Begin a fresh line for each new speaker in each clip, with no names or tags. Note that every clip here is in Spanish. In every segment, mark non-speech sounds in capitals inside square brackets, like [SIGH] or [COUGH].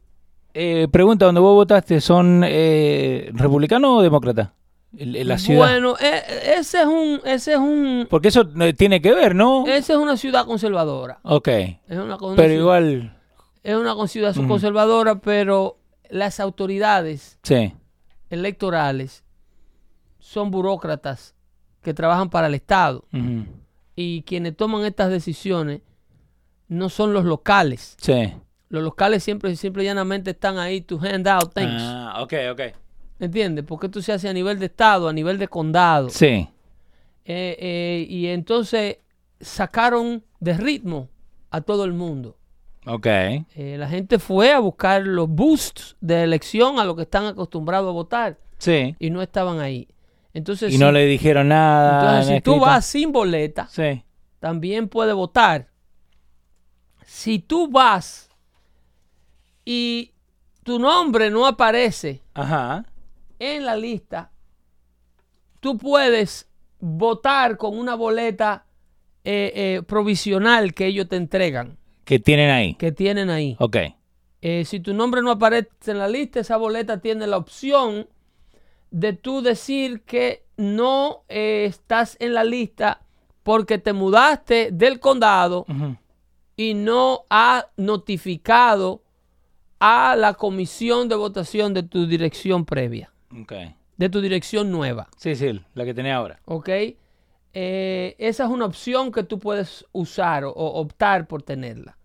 Eh, pregunta, ¿dónde vos votaste? ¿Son eh, republicanos o demócratas? El- el- La ciudad.
Bueno, e- ese es un, ese es un,
Porque eso eh, tiene que ver, ¿no?
esa es una ciudad conservadora.
Ok.
Es una, co- una
Pero
ciudad-
igual,
es una con- ciudad conservadora, pero las autoridades
sí.
electorales son burócratas que trabajan para el Estado
Ujú.
y quienes toman estas decisiones no son los locales.
Sí.
Los locales siempre, simple y llanamente están ahí to hand out things.
Ah, ok, ok.
¿Entiendes? Porque esto se hace a nivel de estado, a nivel de condado.
Sí.
Eh, eh, y entonces sacaron de ritmo a todo el mundo.
Ok.
Eh, la gente fue a buscar los boosts de elección a lo que están acostumbrados a votar
Sí.
y no estaban ahí. Entonces,
Y no
si-
le dijeron nada.
entonces,
en
si tú
escrito.
vas sin boleta,
Sí.
también puede votar. Si tú vas y tu nombre no aparece
Ajá.
en la lista, tú puedes votar con una boleta eh, eh, provisional que ellos te entregan,
Que tienen ahí.
que tienen ahí.
Ok.
Eh, si tu nombre no aparece en la lista, esa boleta tiene la opción de tú decir que no eh, estás en la lista porque te mudaste del condado
Ujú.
y no ha notificado a la comisión de votación de tu dirección previa,
Ok.
de tu dirección nueva.
Sí, sí, la que tenía ahora.
¿Ok? Eh, esa es una opción que tú puedes usar o, o optar por tenerla.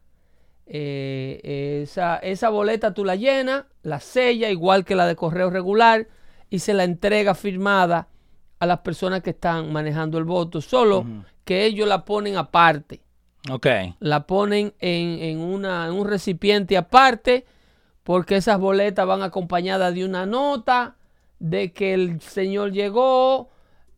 Eh, esa, esa boleta tú la llenas, la sella igual que la de correo regular y se la entrega firmada a las personas que están manejando el voto, solo que ellos la ponen aparte
Ok.
la ponen en, en una, en un recipiente aparte, porque esas boletas van acompañadas de una nota de que el señor llegó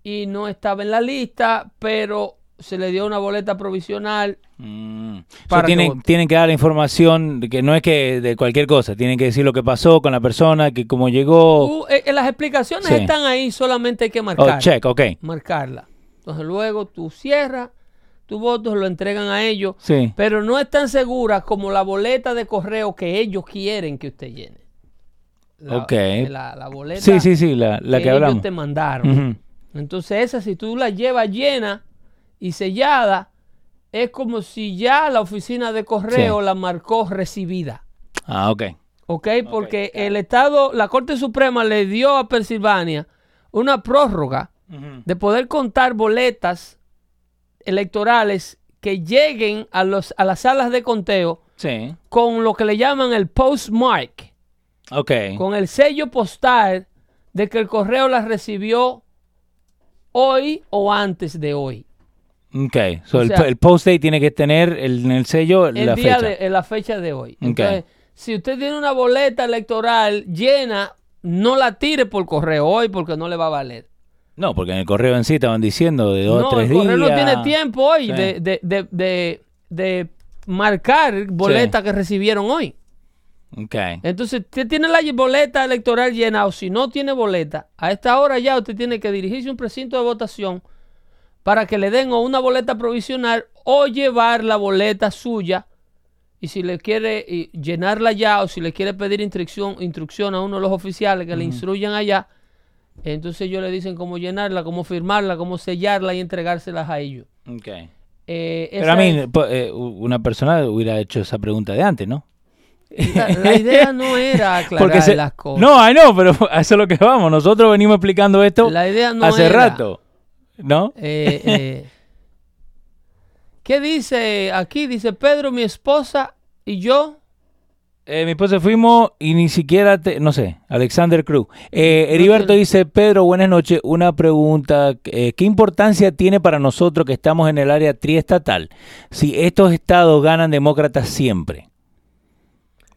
y no estaba en la lista, pero se le dio una boleta provisional.
Mm. O sea,
Para que
tienen,
vote.
tienen que dar información de que no es que de cualquier cosa, tienen que decir lo que pasó con la persona, que cómo llegó.
Tú, eh, eh, las explicaciones
Oh. Sí.
están ahí, solamente hay que
Oh,
marcar,
check, ok.
marcarla. Entonces luego tú cierras, tus votos lo entregan a ellos,
Sí.
pero no es tan segura como la boleta de correo que ellos quieren que usted llene. La, eh,
Ok.
La, la boleta
Sí, sí, sí, la, la que,
ellos
hablamos.
te mandaron.
Ujú.
Entonces esa si tú la llevas llena y sellada, es como si ya la oficina de correo
Sí.
la marcó recibida.
Ah, ok.
¿Ok? Porque el Estado, la Corte Suprema le dio a Pensilvania una prórroga de poder contar boletas electorales que lleguen a, los, a las salas de conteo
Sí.
con lo que le llaman el postmark
Ok.
con el sello postal de que el correo la recibió hoy o antes de hoy.
Ok. So,
O
el,
sea-
po- el post date tiene que tener el- en el sello
El
la
día
fecha.
de en la fecha de hoy.
Ok.
Entonces, si usted tiene una boleta electoral llena, no la tire por correo hoy porque no le va a valer.
No, porque en el correo en sí estaban diciendo de dos
no,
a tres
el correo
días.
no tiene tiempo hoy
Sí.
de, de- de- de- de marcar boletas que recibieron hoy.
Ok.
Entonces, usted tiene la boleta electoral llena o si no tiene boleta, a esta hora ya usted tiene que dirigirse a un precinto de votación para que le den o una boleta provisional o llevar la boleta suya y si le quiere eh, llenarla ya o si le quiere pedir instrucción, instrucción a uno de los oficiales que le instruyan allá, entonces ellos le dicen cómo llenarla, cómo firmarla, cómo sellarla y entregárselas a ellos.
Ok.
Eh,
Pero
esa
a mí,
es-
po- eh, u- una persona hubiera hecho esa pregunta de antes, ¿no?
la, la idea no era
[LAUGHS]
aclarar
Porque se-
las cosas.
No, I know, pero [LAUGHS] a eso es lo que vamos. Nosotros venimos explicando esto
La idea no
hace
era.
rato. ¿No?
Eh, eh, ¿Qué dice aquí? Dice Pedro, mi esposa y yo.
Eh, mi esposa fuimos y ni siquiera te- no sé, Alexander Cruz. Eh, Heriberto
tiene-
dice, Pedro, buenas noches. Una pregunta, eh, ¿qué importancia tiene para nosotros que estamos en el área triestatal si estos estados ganan demócratas siempre?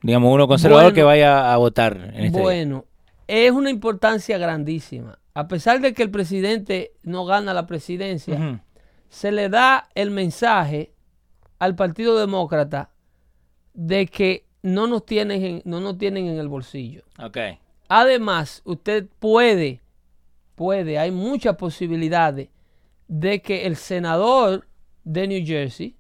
Digamos, uno conservador
Bueno.
que vaya a votar en este día.
Bueno, es una importancia grandísima. A pesar de que el presidente no gana la presidencia,
Ujú.
se le da el mensaje al Partido Demócrata de que no nos tienen en- no nos tienen en el bolsillo.
Ok.
Además, usted puede, puede, hay muchas posibilidades de que el senador de New Jersey,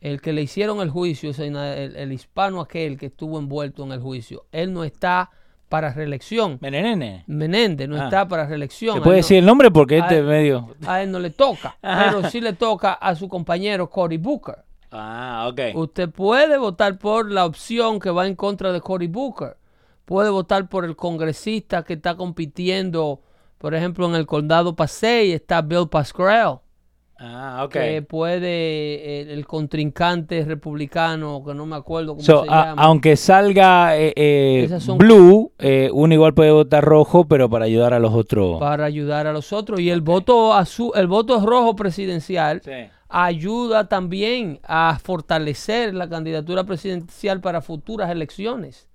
el que le hicieron el juicio, o sea, el, el hispano aquel que estuvo envuelto en el juicio, él no está para reelección.
Menenene.
Menéndez no
Ah.
está para reelección.
¿Se
A
puede
él no-
decir el nombre? Porque este
Ah.
medio...
a él no le
[LAUGHS]
toca, pero sí le toca a su compañero Cory Booker.
Ah, ok.
Usted puede votar por la opción que va en contra de Cory Booker. Puede votar por el congresista que está compitiendo, por ejemplo, en el condado Pasey está Bill Pascrell,
Ah, ok.
que puede eh, el, el contrincante republicano, que no me acuerdo cómo
So,
se
a-
llama.
aunque salga eh, eh,
Esas son-
blue, eh, uno igual puede votar rojo, pero para ayudar a los otros.
para ayudar a los otros y el voto azul, el voto rojo presidencial
Sí.
ayuda también a fortalecer la candidatura presidencial para futuras elecciones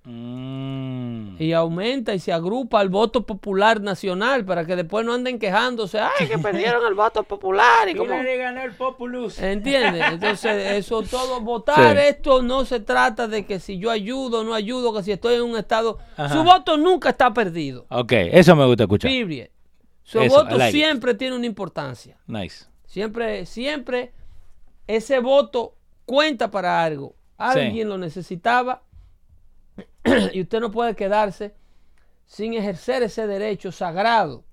Mm.
y aumenta y se agrupa al voto popular nacional para que después no anden quejándose,
[LAUGHS]
ay, que perdieron el voto popular y como
Hillary ganó el Populus.
¿Entiendes?
[LAUGHS]
Entonces, eso todo, votar,
Sí.
esto no se trata de que si yo ayudo, no ayudo, que si estoy en un estado,
Ajá.
su voto nunca está perdido.
Ok, eso me gusta escuchar.
Period. Su
Eso, I
voto
like it.
siempre tiene una importancia.
Nice.
Siempre, siempre ese voto cuenta para algo. Alguien lo necesitaba [CLEARS THROAT] y usted no puede quedarse sin ejercer ese derecho sagrado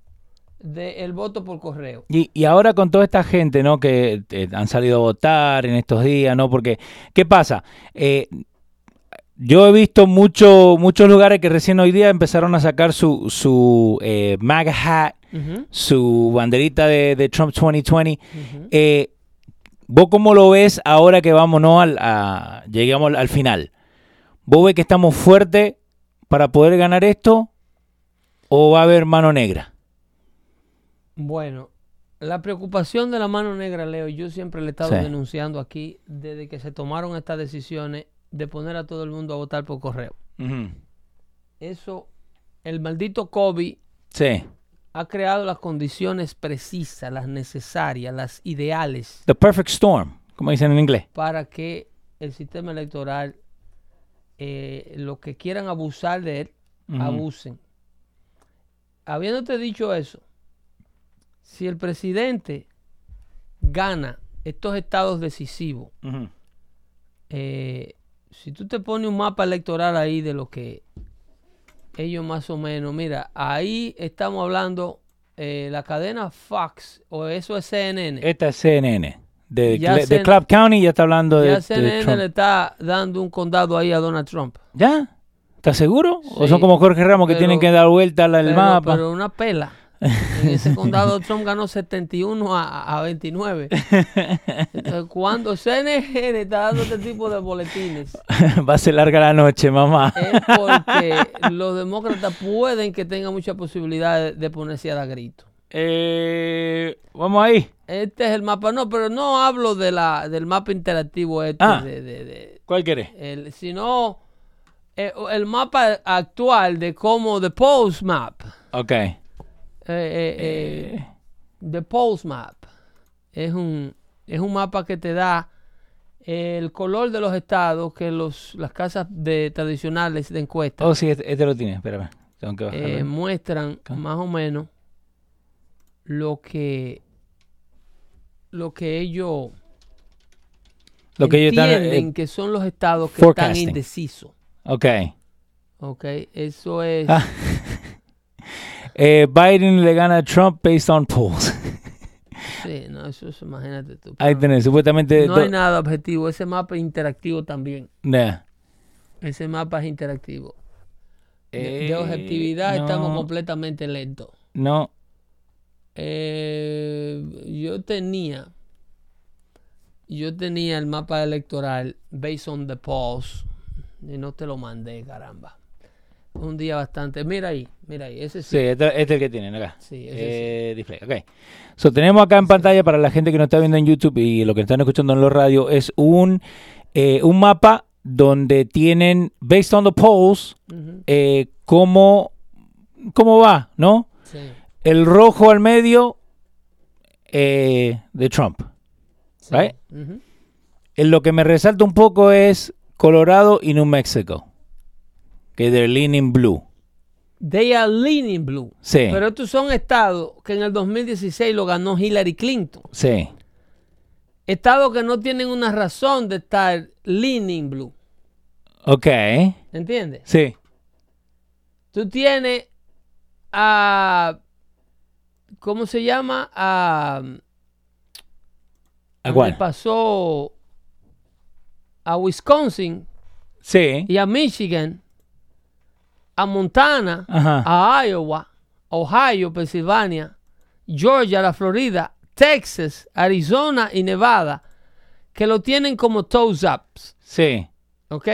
del voto por correo.
Y, y ahora con toda esta gente, ¿no? Que eh, han salido a votar en estos días, ¿no? Porque, ¿qué pasa? Eh, yo he visto mucho, muchos lugares que recién hoy día empezaron a sacar su, su eh, MAGA hat, su banderita de, de Trump 2020. Eh, ¿Vos cómo lo ves ahora que vamos, no? Al, a- llegamos al- al final. ¿Vos ves que estamos fuertes para poder ganar esto? ¿O va a haber mano negra?
Bueno, la preocupación de la mano negra, Leo, yo siempre le he estado
Sí.
denunciando aquí desde que se tomaron estas decisiones de poner a todo el mundo a votar por correo. Eso, el maldito COVID
Sí.
ha creado las condiciones precisas, las necesarias, las ideales
The perfect storm, como dicen en inglés.
para que el sistema electoral, eh, los que quieran abusar de él,
Ujú.
abusen. Habiéndote dicho eso, si el presidente gana estos estados decisivos, eh, si tú te pones un mapa electoral ahí de lo que ellos más o menos, mira, ahí estamos hablando eh, la cadena Fox o eso es CNN.
Esta es CNN. De,
Ya
Cle- de
CNN.
Club County ya está hablando de,
ya
de
CNN
Trump.
le está dando un condado ahí a Donald Trump.
¿Ya? ¿Estás seguro? ¿O
Sí,
son como Jorge Ramos que
pero-
tienen que dar vuelta al
pero,
mapa?
pero una pela. En ese condado Trump ganó 71 a,
[LAUGHS]
a 29. Entonces, cuando CNN está dando este tipo de boletines,
[LAUGHS] Va a ser larga la noche, mamá.
es porque los demócratas pueden que tengan mucha posibilidad de, de ponerse a dar grito.
[LAUGHS] Eh, vamos ahí.
Este es el mapa, no, pero no hablo de la, del mapa interactivo este,
Ah.
de- de- de-
¿Cuál querés?
el- sino eh, el mapa actual de cómo The Post Map.
Ok.
Eh, eh, eh, The Pulse Map es un, es un mapa que te da el color de los estados que los, las casas de, tradicionales de encuesta
Oh, sí, este, este lo tiene. Espérame. Tengo que bajarlo.
eh, muestran más o menos lo que lo que ellos
lo que ellos están. eh,
entienden que son los estados que están
forecasting.
indecisos.
ok.
¿ok? Eso es...
Ah. Eh, Biden le gana a Trump based on polls. [LAUGHS]
sí, no, eso es- imagínate tú.
Ahí tenés, supuestamente.
No
do-
hay nada objetivo. Ese mapa es interactivo también.
Nah.
Ese mapa es interactivo. De, de
Eh,
objetividad estamos
no.
completamente lentos.
No.
Eh, yo tenía, yo tenía el mapa electoral based on the polls y no te lo mandé, caramba. Un día bastante. Mira ahí, mira ahí, ese
Sí,
sí.
este, este es el que tienen acá.
Sí, ese
eh, Display, ok. So, tenemos acá en pantalla para la gente que nos está viendo en YouTube y lo que están escuchando en los radios es un, eh, un mapa donde tienen, based on the polls,
Ujú,
eh, cómo, cómo va, ¿no?
sí,
El rojo al medio eh, de Trump.
sí,
Right?
ujú.
En lo que me resalta un poco es Colorado y New Mexico, que they're leaning blue.
They are leaning blue.
Sí,
Pero estos son estados que en el 2016 lo ganó Hillary Clinton.
sí.
Estados que no tienen una razón de estar leaning blue.
Ok,
¿Entiendes?
sí.
Tú tienes a. ¿Cómo se llama? A.
¿A
donde
cuál?
pasó a Wisconsin
Sí.
y a Michigan, a Montana,
Ajá.
a Iowa, Ohio, Pensilvania, Georgia, la Florida, Texas, Arizona y Nevada, que lo tienen como toes ups.
Sí.
¿Ok?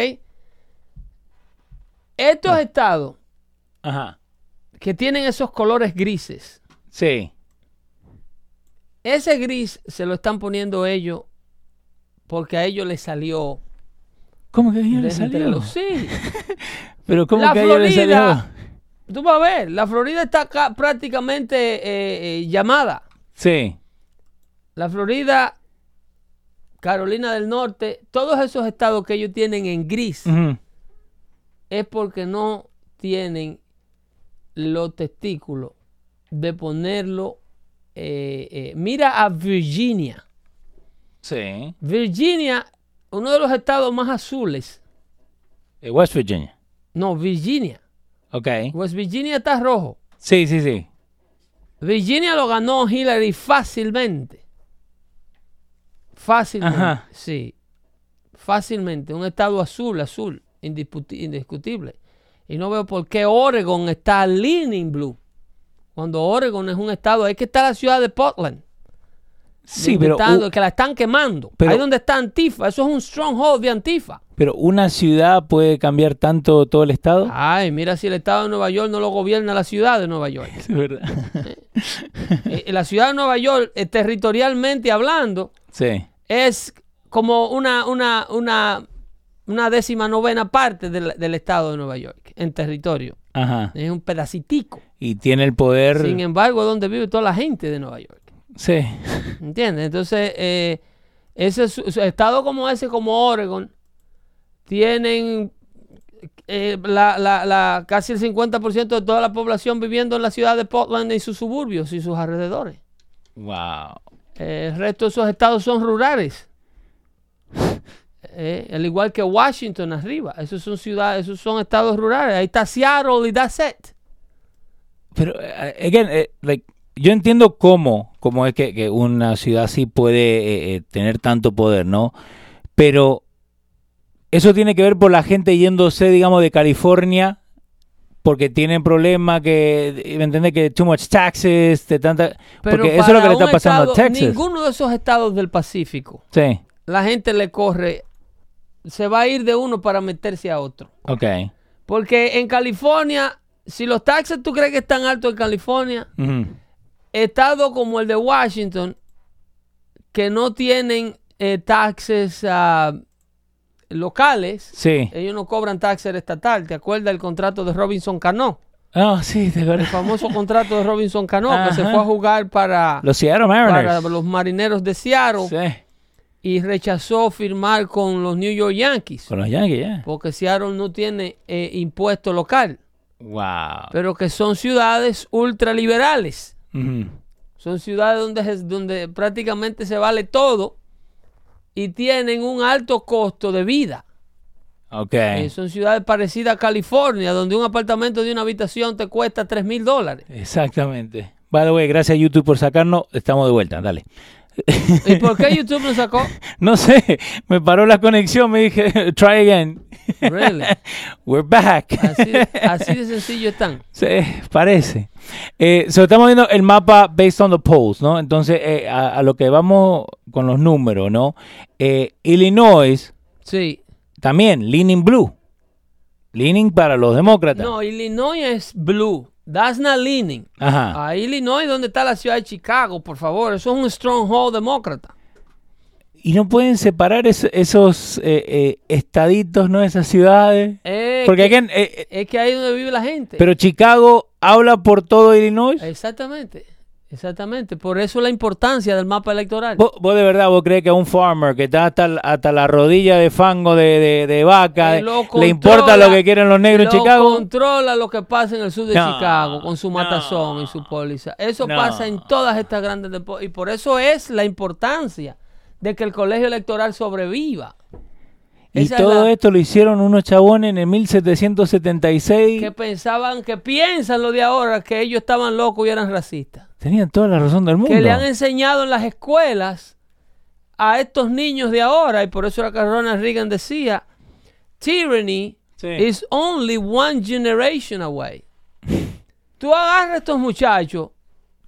Estos estados
Ajá.
que tienen esos colores grises
Sí.
Ese gris se lo están poniendo ellos porque a ellos les salió.
¿Cómo que a ellos les
desde entre
salió?
los- Sí.
Pero [LAUGHS] ¿cómo
La
que a ellos les salió?
Florida. Tú vas a ver, la Florida está acá prácticamente eh, eh, llamada.
Sí.
La Florida, Carolina del Norte, todos esos estados que ellos tienen en gris
Ujú.
es porque no tienen los testículos de ponerlo. eh, eh, Mira a Virginia.
Sí.
Virginia, uno de los estados más azules.
Eh, West Virginia.
No, Virginia.
Ok.
West Virginia está rojo.
Sí, sí, sí.
Virginia lo ganó Hillary fácilmente. Fácilmente.
Ajá.
Sí. Fácilmente. Un estado azul, azul. indisputi- indiscutible. Y no veo por qué Oregon está leaning blue. Cuando Oregon es un estado, ahí que está la ciudad de Portland.
Sí, pero,
invitando,
u-
que la están quemando.
pero-
ahí donde está Antifa. Eso es un stronghold de Antifa.
pero una ciudad puede cambiar tanto todo el estado.
Ay, mira si el estado de Nueva York no lo gobierna la ciudad de Nueva York.
Es verdad.
Eh, la ciudad de Nueva York, eh, territorialmente hablando,
[LAUGHS] sí.
es como una, una, una, una décima novena parte del, del estado de Nueva York en territorio.
Ajá.
Es un pedacitico.
Y tiene el poder.
Sin em- embargo, es donde vive toda la gente de Nueva York.
Sí.
¿Entiendes? Entonces, eh, ese su- su- estado como ese, como Oregon, tienen eh, la, la- la- casi el 50% de toda la población viviendo en la ciudad de Portland y sus suburbios y sus alrededores.
Wow.
Eh, el resto de esos estados son rurales. Eh, al igual que Washington arriba. Esos son ciudades, esos son estados rurales. Ahí está Seattle y that's it.
Pero, eh, again, eh, like, yo entiendo cómo, cómo es que, que una ciudad así puede eh, eh, tener tanto poder, ¿no? Pero eso tiene que ver por la gente yéndose, digamos, de California porque tienen problemas que, eh, ¿me entiendes? Que too much taxes, de tanta...
Pero
porque eso es lo que
para
le está
un
pasando a
estado-
Texas.
Ninguno de esos estados del Pacífico,
Sí,
la gente le corre, se va a ir de uno para meterse a otro.
ok.
Porque en California, si los taxes tú crees que están altos en California,
Ujú.
estados como el de Washington, que no tienen eh, taxes ah, locales,
Sí.
Ellos no cobran taxes estatal. ¿Te acuerdas del contrato de Robinson Cano?
Ah, sí, de
El
verdad. [LAUGHS]
[LAUGHS] famoso contrato de Robinson Cano que se
Ajá.
fue a jugar para
Los Seattle
para
Mariners.
los marineros de Seattle
Sí,
y rechazó firmar con los New York Yankees
con los Yankees, ya.
porque Seattle no tiene eh, impuesto local,
Wow.
pero que son ciudades ultraliberales.
Ujú.
Son ciudades donde, es- donde prácticamente se vale todo y tienen un alto costo de vida.
Ok.
Eh, son ciudades parecidas a California, donde un apartamento de una habitación te cuesta 3 mil dólares.
Exactamente. By the way, gracias a YouTube por sacarnos. Estamos de vuelta, dale.
¿Y por qué YouTube no sacó?
No sé, [LAUGHS] me paró la conexión, me dije, [LAUGHS] try again.
Really.
We're back.
Así de, así de sencillo están.
[LAUGHS] Sí, parece. Eh, so estamos viendo el mapa based on the polls, ¿no? Entonces, eh, a, a lo que vamos con los números, ¿no? Eh, Illinois,
Sí.
también, leaning blue. Leaning para los demócratas.
No, Illinois es blue. That's not leaning.
Ajá.
A Illinois, donde está la ciudad de Chicago, por favor. Eso es un stronghold demócrata.
Y no pueden separar es- esos eh, eh, estaditos, ¿no? Esas ciudades.
Eh,
Porque
que-
again, eh, eh,
es que ahí es donde vive la gente.
Pero Chicago habla por todo Illinois.
Exactamente. Exactamente. Por eso la importancia del mapa electoral.
¿Vos, vos de verdad vos crees que a un farmer que está hasta, hasta la rodilla de fango de, de- de vaca
Que lo
le
controla-
importa lo que quieren los negros en
lo
Chicago?
controla lo que pasa en el sur de
No,
Chicago con su
no,
matazón y su póliza. Eso
no.
pasa en todas estas grandes depo- y por eso es la importancia de que el colegio electoral sobreviva.
Y
Esa es
todo
la-
esto lo hicieron unos chabones en el 1776.
que pensaban, que piensan lo de ahora, que ellos estaban locos y eran racistas.
Tenían toda la razón del mundo.
Que le han enseñado en las escuelas a estos niños de ahora, y por eso la que Ronald Reagan decía, tyranny
Sí.
is only one generation away. Tú agarras a estos muchachos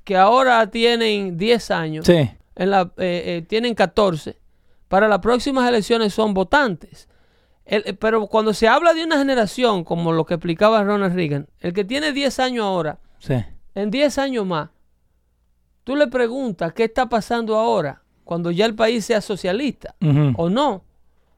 que ahora tienen 10 años,
Sí.
en la, eh, eh, tienen 14, para las próximas elecciones son votantes. El- eh, pero cuando se habla de una generación, como lo que explicaba Ronald Reagan, el que tiene 10 años ahora,
sí.
en 10 años más, Tú le preguntas qué está pasando ahora, cuando ya el país sea socialista
Ujú.
o no,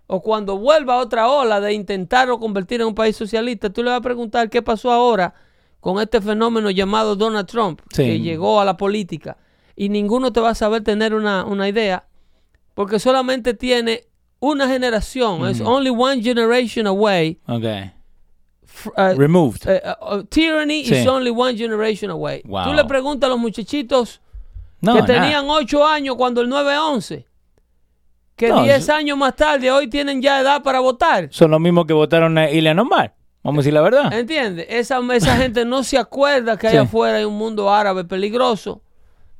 o cuando vuelva otra ola de intentarlo convertir en un país socialista, tú le vas a preguntar qué pasó ahora con este fenómeno llamado Donald Trump,
Sí.
que llegó a la política, y ninguno te va a saber tener una, una idea, porque solamente tiene una generación, es only one generation away.
Ok.
fr- uh,
Removed.
eh, uh, tyranny
Sí.
is only one generation away.
Wow.
Tú le preguntas a los muchachitos
no,
que
nada.
tenían 8 años cuando el 9-11, que
No,
10
eso-
años más tarde hoy tienen ya edad para votar.
Son los mismos que votaron a Ileana Omar. Vamos a decir la verdad.
¿Entiendes? Esa,
[LAUGHS]
esa gente no se acuerda que
Ah. Sí.
allá afuera hay un mundo árabe peligroso.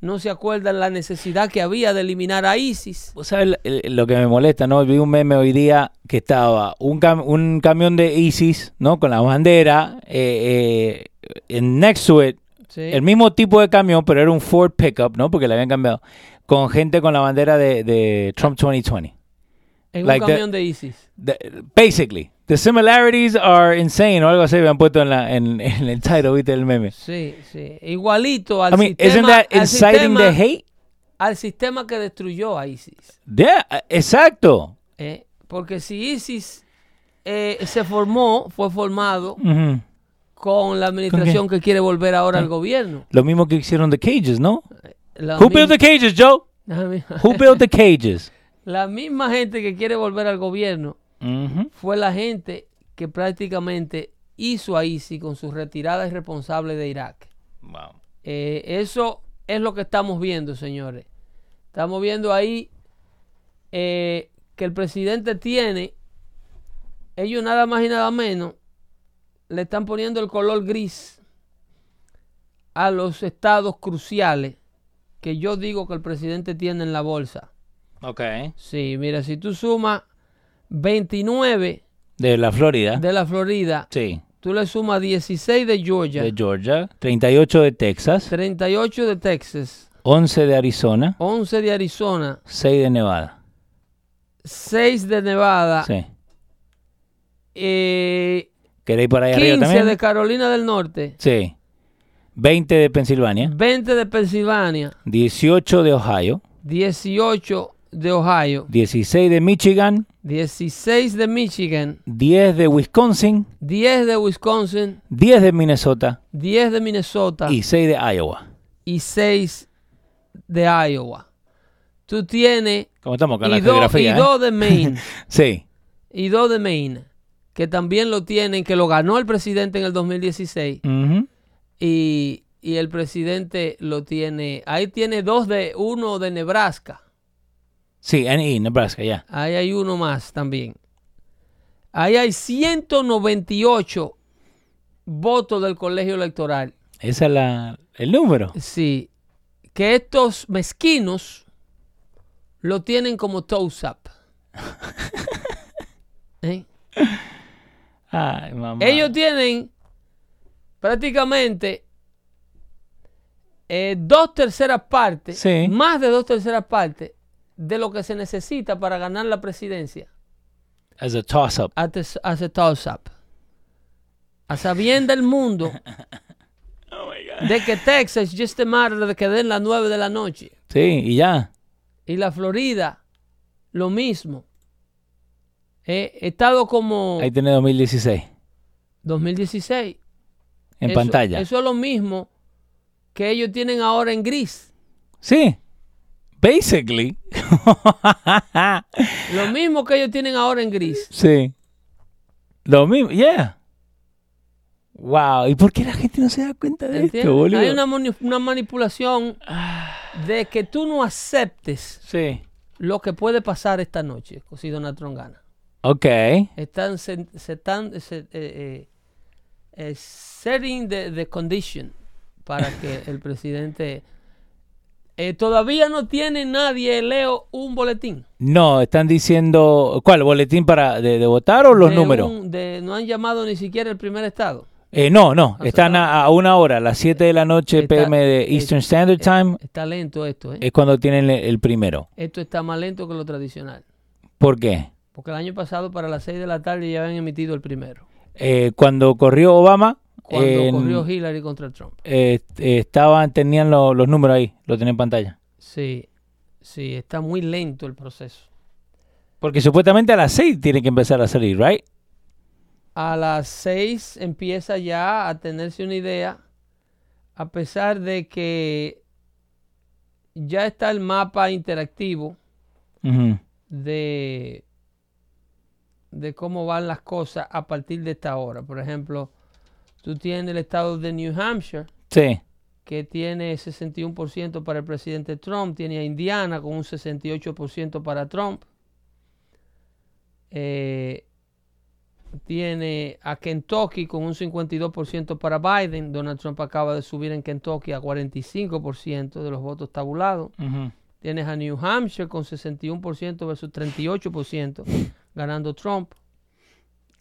No se acuerdan la necesidad que había de eliminar a ISIS.
Vos sabés el- el- lo que me molesta, ¿no? Vi un meme hoy día que estaba un, cam- un camión de ISIS, ¿no? Con la bandera, eh, eh, en next to it,
Sí.
el mismo tipo de camión, pero era un Ford pickup, ¿no? Porque le habían cambiado, con gente con la bandera de, de Trump 2020.
en
like
un
that-
camión de ISIS.
The- basically, the similarities are insane, o algo así habían puesto en, la, en, en el title, ¿viste? El meme.
Sí, sí. Igualito al,
I mean, isn't
sistema,
that
al,
inciting
sistema,
the hate?
al sistema que destruyó a ISIS.
Yeah, exacto.
¿eh? Porque si ISIS eh, se formó, fue formado
Ujú.
con la administración que quiere volver ahora al gobierno.
Lo mismo que hicieron The Cages, ¿no?
La
Who
mi-
built the cages, Joe?
[LAUGHS] la misma-
Who built the cages?
la misma gente que quiere volver al gobierno
Ujú.
fue la gente que prácticamente hizo a ISIS con su retirada irresponsable de Irak. Eh, eso es lo que estamos viendo, señores. Estamos viendo ahí eh, que el presidente tiene, ellos nada más y nada menos, le están poniendo el color gris a los estados cruciales que yo digo que el presidente tiene en la bolsa.
Ok.
Sí, mira, si tú sumas 29
De la Florida.
de la Florida,
sí.
tú le sumas 16 de Georgia,
De Georgia. 38 de Texas.
38 de Texas,
11 de Arizona.
11 de Arizona,
6 de Nevada.
6 de Nevada,
Sí.
eh,
¿Queréis para allá arriba
15
también?
de Carolina del Norte,
Sí. 20 de Pensilvania.
20 de Pensilvania,
18 de Ohio.
18 de Ohio,
16 de Michigan.
16 de Michigan,
10 de Wisconsin.
10 de Wisconsin,
10 de Minnesota.
10 de Minnesota
Y 6 de Iowa.
y 6 de Iowa. Tú tienes
Como estamos con
y
la
dos
geografía. ¿eh?
de
[LAUGHS]
Maine.
Sí.
y dos de Maine. Que también lo tienen, que lo ganó el presidente en el 2016.
Ujú.
Y, y el presidente lo tiene. Ahí tiene dos de uno de Nebraska.
Sí, NE, Nebraska, ya.
Ahí hay uno más también. Ahí hay 198 votos del colegio electoral.
Ese es la, el número.
Sí. Que estos mezquinos lo tienen como toes up. ¿Eh?
Ay, mamá.
Ellos tienen prácticamente eh, dos terceras partes,
Sí.
más de dos terceras partes de lo que se necesita para ganar la presidencia.
As a toss-up.
Hace up. A sabienda el mundo de que Texas just a matter de que den las 9 de la noche.
Sí, y ya.
Y la Florida, lo mismo. Eh, estado como
Ahí tiene 2016
2016.
en
Eso-
pantalla.
Eso es lo mismo que ellos tienen ahora en gris.
Sí. Basically. [LAUGHS]
Lo mismo que ellos tienen ahora en gris.
sí. Lo mismo, yeah. Wow, ¿y por qué la gente no se da cuenta de
¿Entiendes?
esto, boludo?
Hay una, mani- una manipulación de que tú no aceptes
Sí.
lo que puede pasar esta noche, si Donald Trump gana.
Ok.
Están, se, se están se- eh, eh, eh, setting the, the condition para
[LAUGHS]
que el presidente... eh, todavía no tiene nadie, Leo, un boletín.
No, están diciendo. ¿Cuál? ¿Boletín para de, de votar o los
de
números?
un- de- no han llamado ni siquiera el primer estado.
Eh, no, no. Están a, a una hora, a las 7 de la noche,
Ah, Está-
PM de
eh,
Eastern Standard Time.
Está lento esto, ¿eh?
Es cuando tienen el- el primero.
Esto está más lento que lo tradicional.
¿Por qué?
Porque el año pasado para las 6 de la tarde ya habían emitido el primero.
Eh, cuando corrió Obama,
cuando
en-
corrió Hillary contra Trump.
Eh, eh, estaban, tenían lo- los números ahí, lo tenía en pantalla.
Sí, sí, está muy lento el proceso.
Porque supuestamente a las 6 tiene que empezar a salir, ¿right?
A las 6 empieza ya a tenerse una idea, a pesar de que ya está el mapa interactivo
Ujú.
de, de cómo van las cosas a partir de esta hora. Por ejemplo, tú tienes el estado de New Hampshire,
Sí.
que tiene 61% para el presidente Trump, tiene a Indiana con un 68% para Trump, eh, tiene a Kentucky con un 52% para Biden, Donald Trump acaba de subir en Kentucky a 45% de los votos tabulados, tienes a New Hampshire con 61% versus 38% ganando Trump,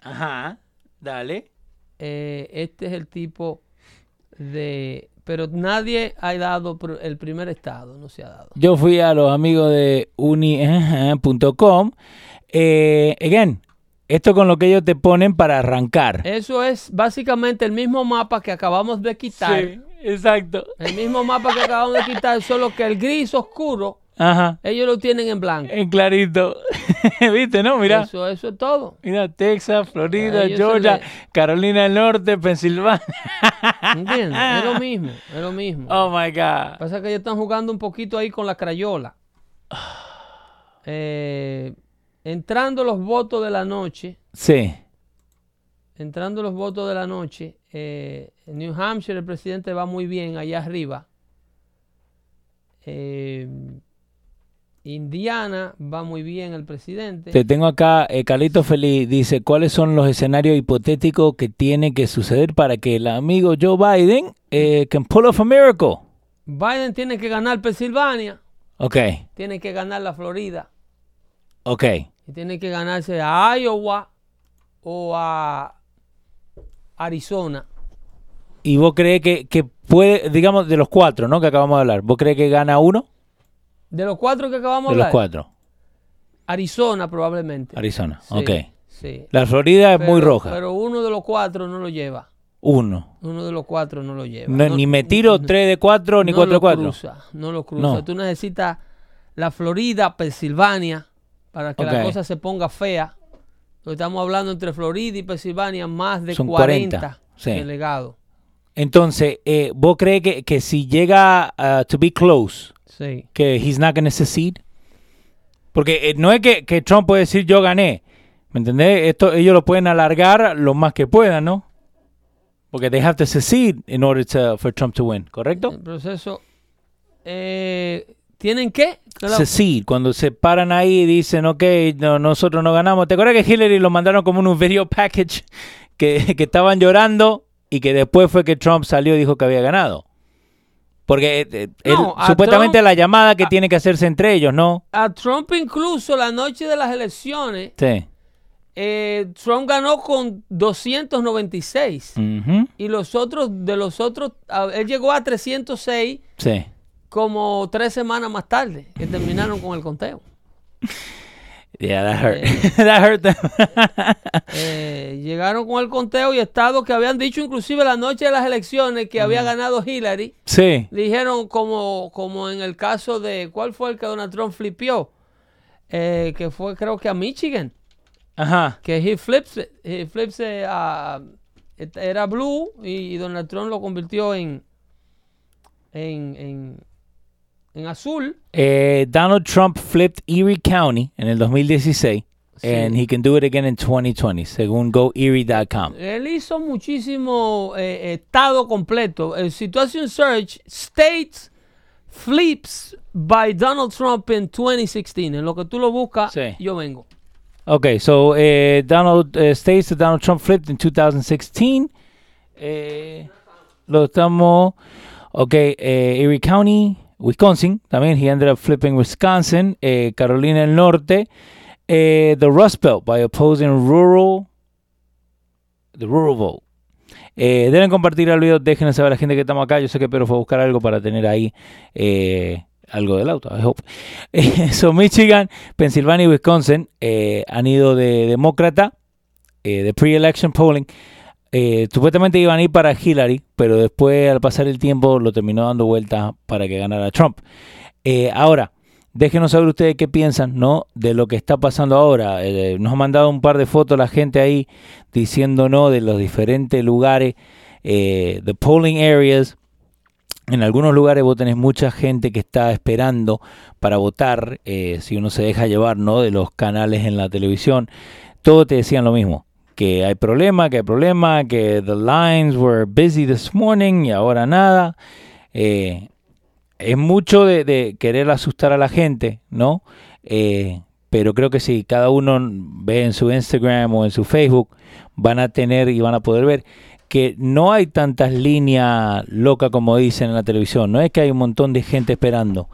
Ajá, dale.
eh, este es el tipo de... Pero nadie ha dado pr- el primer estado, no se ha dado.
Yo fui a los amigos de uni.com. Eh, again, esto con lo que ellos te ponen para arrancar.
Eso es básicamente el mismo mapa que acabamos de quitar.
exacto.
El mismo mapa que acabamos de quitar, solo que el gris oscuro,
Ajá,
ellos lo tienen en blanco.
en clarito. [LAUGHS] ¿Viste, no? Mira,
Eso, eso es todo.
mira, Texas,
A
Florida,
ellos se
Georgia,
le-
Carolina del Norte, Pensilvania. [LAUGHS]
¿Entiendes? es lo mismo, es lo mismo.
Oh my God.
Pasa que ellos están jugando un poquito ahí con la crayola. Eh, entrando los votos de la noche,
Sí.
entrando los votos de la noche, eh, en New Hampshire el presidente va muy bien allá arriba. Eh, Indiana va muy bien el presidente.
Te tengo acá, eh, Carlito Feliz dice, ¿cuáles son los escenarios hipotéticos que tiene que suceder para que el amigo Joe Biden eh, can pull off a miracle?
Biden tiene que ganar Pensilvania,
Ok,
tiene que ganar la Florida
ok.
y tiene que ganarse a Iowa o a Arizona.
¿Y vos crees que, que puede, digamos, de los cuatro, ¿no? Que acabamos de hablar, ¿vos crees que gana uno?
De los cuatro que acabamos
De los
hablar,
cuatro,
Arizona probablemente.
Arizona,
Sí,
ok.
sí.
La Florida es muy
Pero-
roja,
Pero uno de los cuatro no lo lleva.
uno.
Uno de los cuatro no lo lleva.
No,
No-
ni me tiro tres de cuatro, ni
no
cuatro de
lo
cuatro.
Cruza, no lo cruza.
No.
Tú necesitas la Florida, Pensilvania, para que la
Ok.
cosa se ponga fea. Entonces, estamos hablando entre Florida y Pensilvania, más de
Son
40,
40, sí.
delegados.
Entonces, eh, ¿vos crees que, que si llega a to be close,
Sí.
que he's not gonna secede. Porque eh, no es que, que Trump puede decir yo gané. ¿Me entendés? Esto ellos lo pueden alargar lo más que puedan, ¿no? Porque they have to secede in order to, for Trump to win, ¿correcto?
El proceso. eh, ¿Tienen qué? No la-
Secede, cuando se paran ahí y dicen, ok, no, nosotros no ganamos. ¿Te acuerdas que Hillary lo mandaron como en un video package [LAUGHS] que, que estaban llorando y que después fue que Trump salió y dijo que había ganado? Porque eh, eh, él-
No, a
supuestamente
Trump-
la llamada que tiene que hacerse entre ellos, ¿no?
A Trump, incluso la noche de las elecciones,
Sí.
eh, Trump ganó con 296.
Ujú.
Y los otros, de los otros, a- él llegó a 306
Sí.
como tres semanas más tarde, que terminaron con el conteo.
Yeah, that hurt. [LAUGHS] that hurt them. [LAUGHS]
Eh, llegaron con el conteo y estados que habían dicho inclusive la noche de las elecciones que había ganado Hillary,
sí.
dijeron como, como en el caso de, ¿cuál fue el que Donald Trump flipió? Eh, que fue creo que a Michigan,
Ajá.
que he flips, it, he flips it a- era blue y, Donald Trump lo convirtió en, en, en, en azul.
Eh, Donald Trump flipped Erie County en el 2016.
Sí.
And he can do it again in 2020, según goerie.com.
Él hizo muchísimo eh, estado completo. Eh, si tú haces un search, states flips by Donald Trump in 2016. En lo que tú lo buscas,
Sí.
yo vengo.
Okay, so eh, Donald eh, states that Donald Trump flipped in 2016. Eh, lo estamos. Okay, eh, Erie County, Wisconsin. También he ended up flipping Wisconsin, eh, Carolina del Norte, eh, the Rust Belt by opposing rural, the rural vote. Eh, deben compartir el video, déjenle saber a la gente que estamos acá. Yo sé que Pedro fue a buscar algo para tener ahí eh, algo del auto, I hope. Eh, [LAUGHS] so, Michigan, Pensilvania y Wisconsin eh, han ido de demócrata, eh, de pre-election polling, eh, supuestamente iban a ir para Hillary, pero después al pasar el tiempo lo terminó dando vueltas para que ganara Trump. Eh, ahora, déjenos saber ustedes qué piensan, ¿no? De lo que está pasando ahora. Eh, nos han mandado un par de fotos la gente ahí diciéndonos de los diferentes lugares, eh, the polling areas. En algunos lugares vos tenés mucha gente que está esperando para votar, eh, si uno se deja llevar, ¿no? De los canales en la televisión. Todos te decían lo mismo que hay problema, que hay problema, que the lines were busy this morning y ahora nada. Eh, es mucho de, de, querer asustar a la gente, ¿no? Eh, pero creo que si sí, cada uno ve en su Instagram o en su Facebook, van a tener y van a poder ver que no hay tantas líneas locas como dicen en la televisión, no es que hay un montón de gente esperando.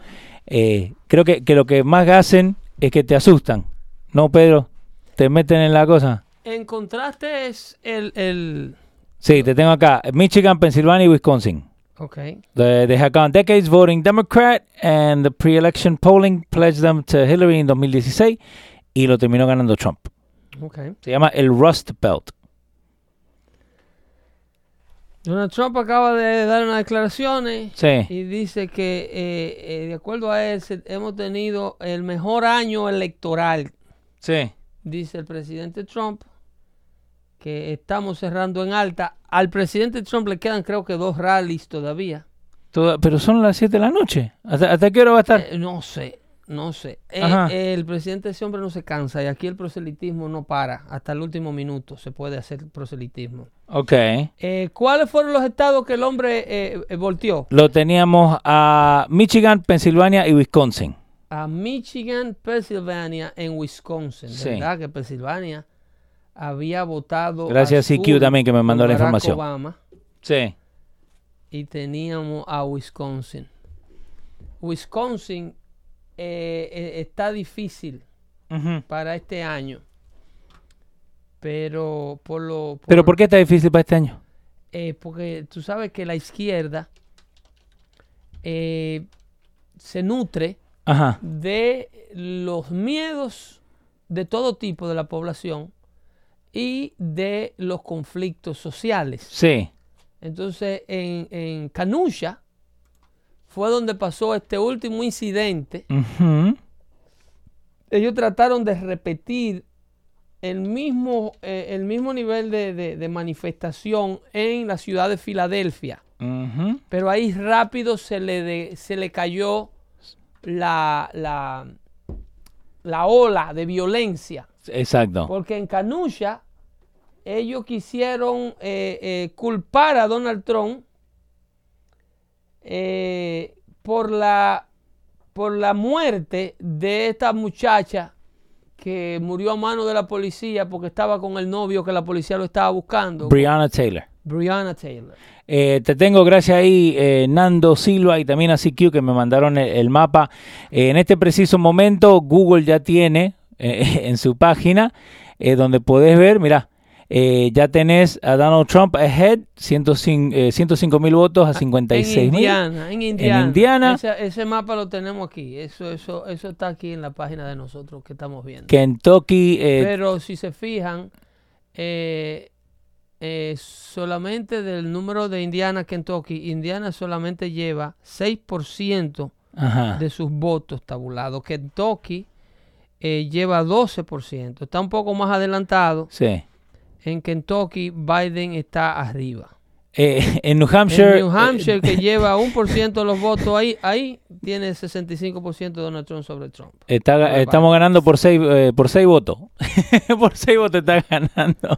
Eh, creo que, que lo que más hacen es que te asustan, ¿no, Pedro? Te meten en la cosa.
En contraste es el, el...
Sí, te tengo acá. Michigan, Pensilvania y Wisconsin.
Ok.
The, they had gone decades voting Democrat and the pre-election polling pledged them to Hillary en 2016 y lo terminó ganando Trump.
Ok.
Se llama el Rust Belt.
Donald Trump acaba de dar unas declaraciones
Sí.
y dice que, eh, eh, de acuerdo a él, se- hemos tenido el mejor año electoral
Sí.
dice el presidente Trump que estamos cerrando en alta. Al presidente Trump le quedan creo que dos rallies todavía.
Toda- pero son las 7 de la noche. ¿Hasta, hasta qué hora va a estar?
Eh, no sé, no sé. Eh,
Ah. Ajá.
eh, el presidente ese hombre no se cansa y aquí el proselitismo no para. Hasta el último minuto se puede hacer proselitismo.
Ok.
Eh, ¿Cuáles fueron los estados que el hombre eh, eh, volteó?
Lo teníamos a Michigan, Pensilvania y Wisconsin.
A Michigan, Pennsylvania, en Wisconsin.
Sí.
¿Verdad que Pensilvania había votado?
Gracias a
a
CQ también que me mandó la información. Sí.
y teníamos a Wisconsin. Wisconsin eh, eh, está difícil para este año, pero por lo por-
Pero ¿por qué está difícil para este año?
eh, porque tú sabes que la izquierda eh, se nutre
Ajá.
de los miedos de todo tipo de la población y de los conflictos sociales.
Sí.
Entonces, en, en Canusha fue donde pasó este último incidente.
Ujú.
Ellos trataron de repetir el mismo, eh, el mismo nivel de, de- de manifestación en la ciudad de Filadelfia.
Ujú.
Pero ahí rápido se le, de- se le cayó la, la, la ola de violencia.
Exacto.
Porque en Canusha ellos quisieron eh, eh, culpar a Donald Trump eh, por, la, por la muerte de esta muchacha que murió a mano de la policía porque estaba con el novio que la policía lo estaba buscando,
Brianna Taylor.
Brianna Taylor.
Eh, te tengo gracias ahí, eh, Nando Silva y también a CQ que me mandaron el, el mapa. Eh, en este preciso momento, Google ya tiene eh, [LAUGHS] en su página eh, donde podés ver, mirá, eh, ya tenés a Donald Trump ahead, 105 mil votos a 56
Ah, en
mil.
Indiana, en Indiana.
Indiana.
Ese, ese mapa lo tenemos aquí. Eso, eso, eso está aquí en la página de nosotros que estamos viendo.
Kentucky, eh,
Pero si se fijan, eh, eh, solamente del número de Indiana, Kentucky, Indiana solamente lleva 6%
ajá,
de sus votos tabulados. Kentucky eh, lleva 12%. Está un poco más adelantado.
sí.
En Kentucky, Biden está arriba.
Eh, [LAUGHS] en New
En
Hampshire,
New Hampshire,
eh,
que lleva 1% de los votos ahí, ahí tiene 65% de Donald Trump sobre Trump.
está-
Bye, bye.
estamos ganando por seis, eh, por seis votos. [LAUGHS] por seis votos está ganando.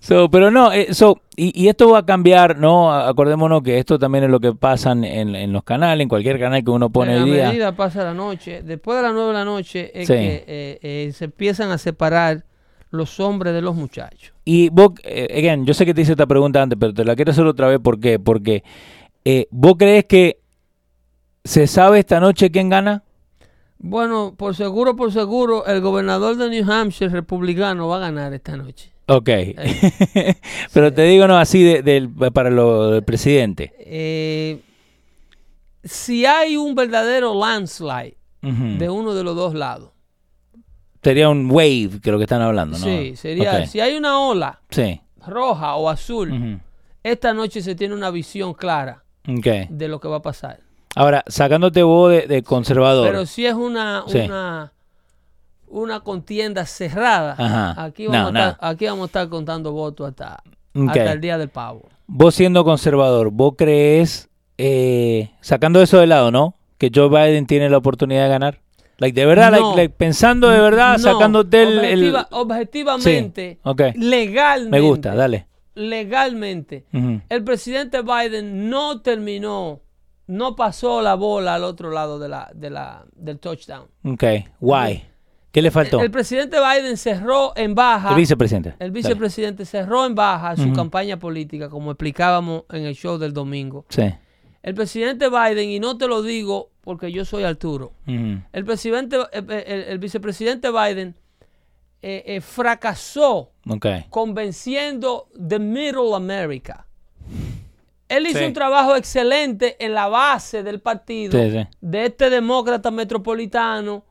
So, pero no, eh, so, y, y esto va a cambiar, ¿no? A- Acordémonos que esto también es lo que pasa en, en los canales, en cualquier canal que uno pone
En
hoy
la
día.
medida pasa la noche. Después de las 9 de la noche es
Sí.
que eh, eh, se empiezan a separar los hombres de los muchachos.
Y vos, eh, again, yo sé que te hice esta pregunta antes, pero te la quiero hacer otra vez. ¿Por qué? Porque eh, vos crees que se sabe esta noche quién gana.
Bueno, por seguro, por seguro, el gobernador de New Hampshire, republicano, va a ganar esta noche.
Ok. [LAUGHS]
Eh,
pero te digo, no, así de- del- para lo del presidente.
Eh, si hay un verdadero landslide
Ujú.
de uno de los dos lados,
Sería un wave que lo que están hablando, ¿no?
sí, sería,
Ok.
si hay una ola
Sí.
roja o azul,
Ujú.
esta noche se tiene una visión clara
Ok.
de lo que va a pasar.
Ahora, sacándote vos de, de conservador.
Pero si es una,
Sí.
una, una contienda cerrada,
Ajá.
aquí,
No,
vamos a
nada.
estar, aquí vamos a estar contando votos hasta,
Ok.
hasta el día del pavo.
Vos siendo conservador, vos crees, eh, sacando eso de lado, ¿no? Que Joe Biden tiene la oportunidad de ganar. Like, de verdad,
No.
like, like, pensando de verdad,
No,
sacándote el... el-
objetiva- Objetivamente,
Sí, ok.
legalmente,
Me gusta, dale.
legalmente,
Ujú.
el presidente Biden no terminó, no pasó la bola al otro lado de la, de la, del touchdown.
Ok, why? ¿Qué le faltó?
El presidente Biden cerró en baja.
El vicepresidente.
El
Dale.
vicepresidente cerró en baja su
Ujú.
campaña política, como explicábamos en el show del domingo.
Sí.
El presidente Biden, y no te lo digo porque yo soy Arturo,
Ujú.
el, presidente, el, el- el vicepresidente Biden eh, eh, fracasó
Ok.
convenciendo de Middle America. Él hizo
Sí.
un trabajo excelente en la base del partido
Sí, sí.
de este demócrata metropolitano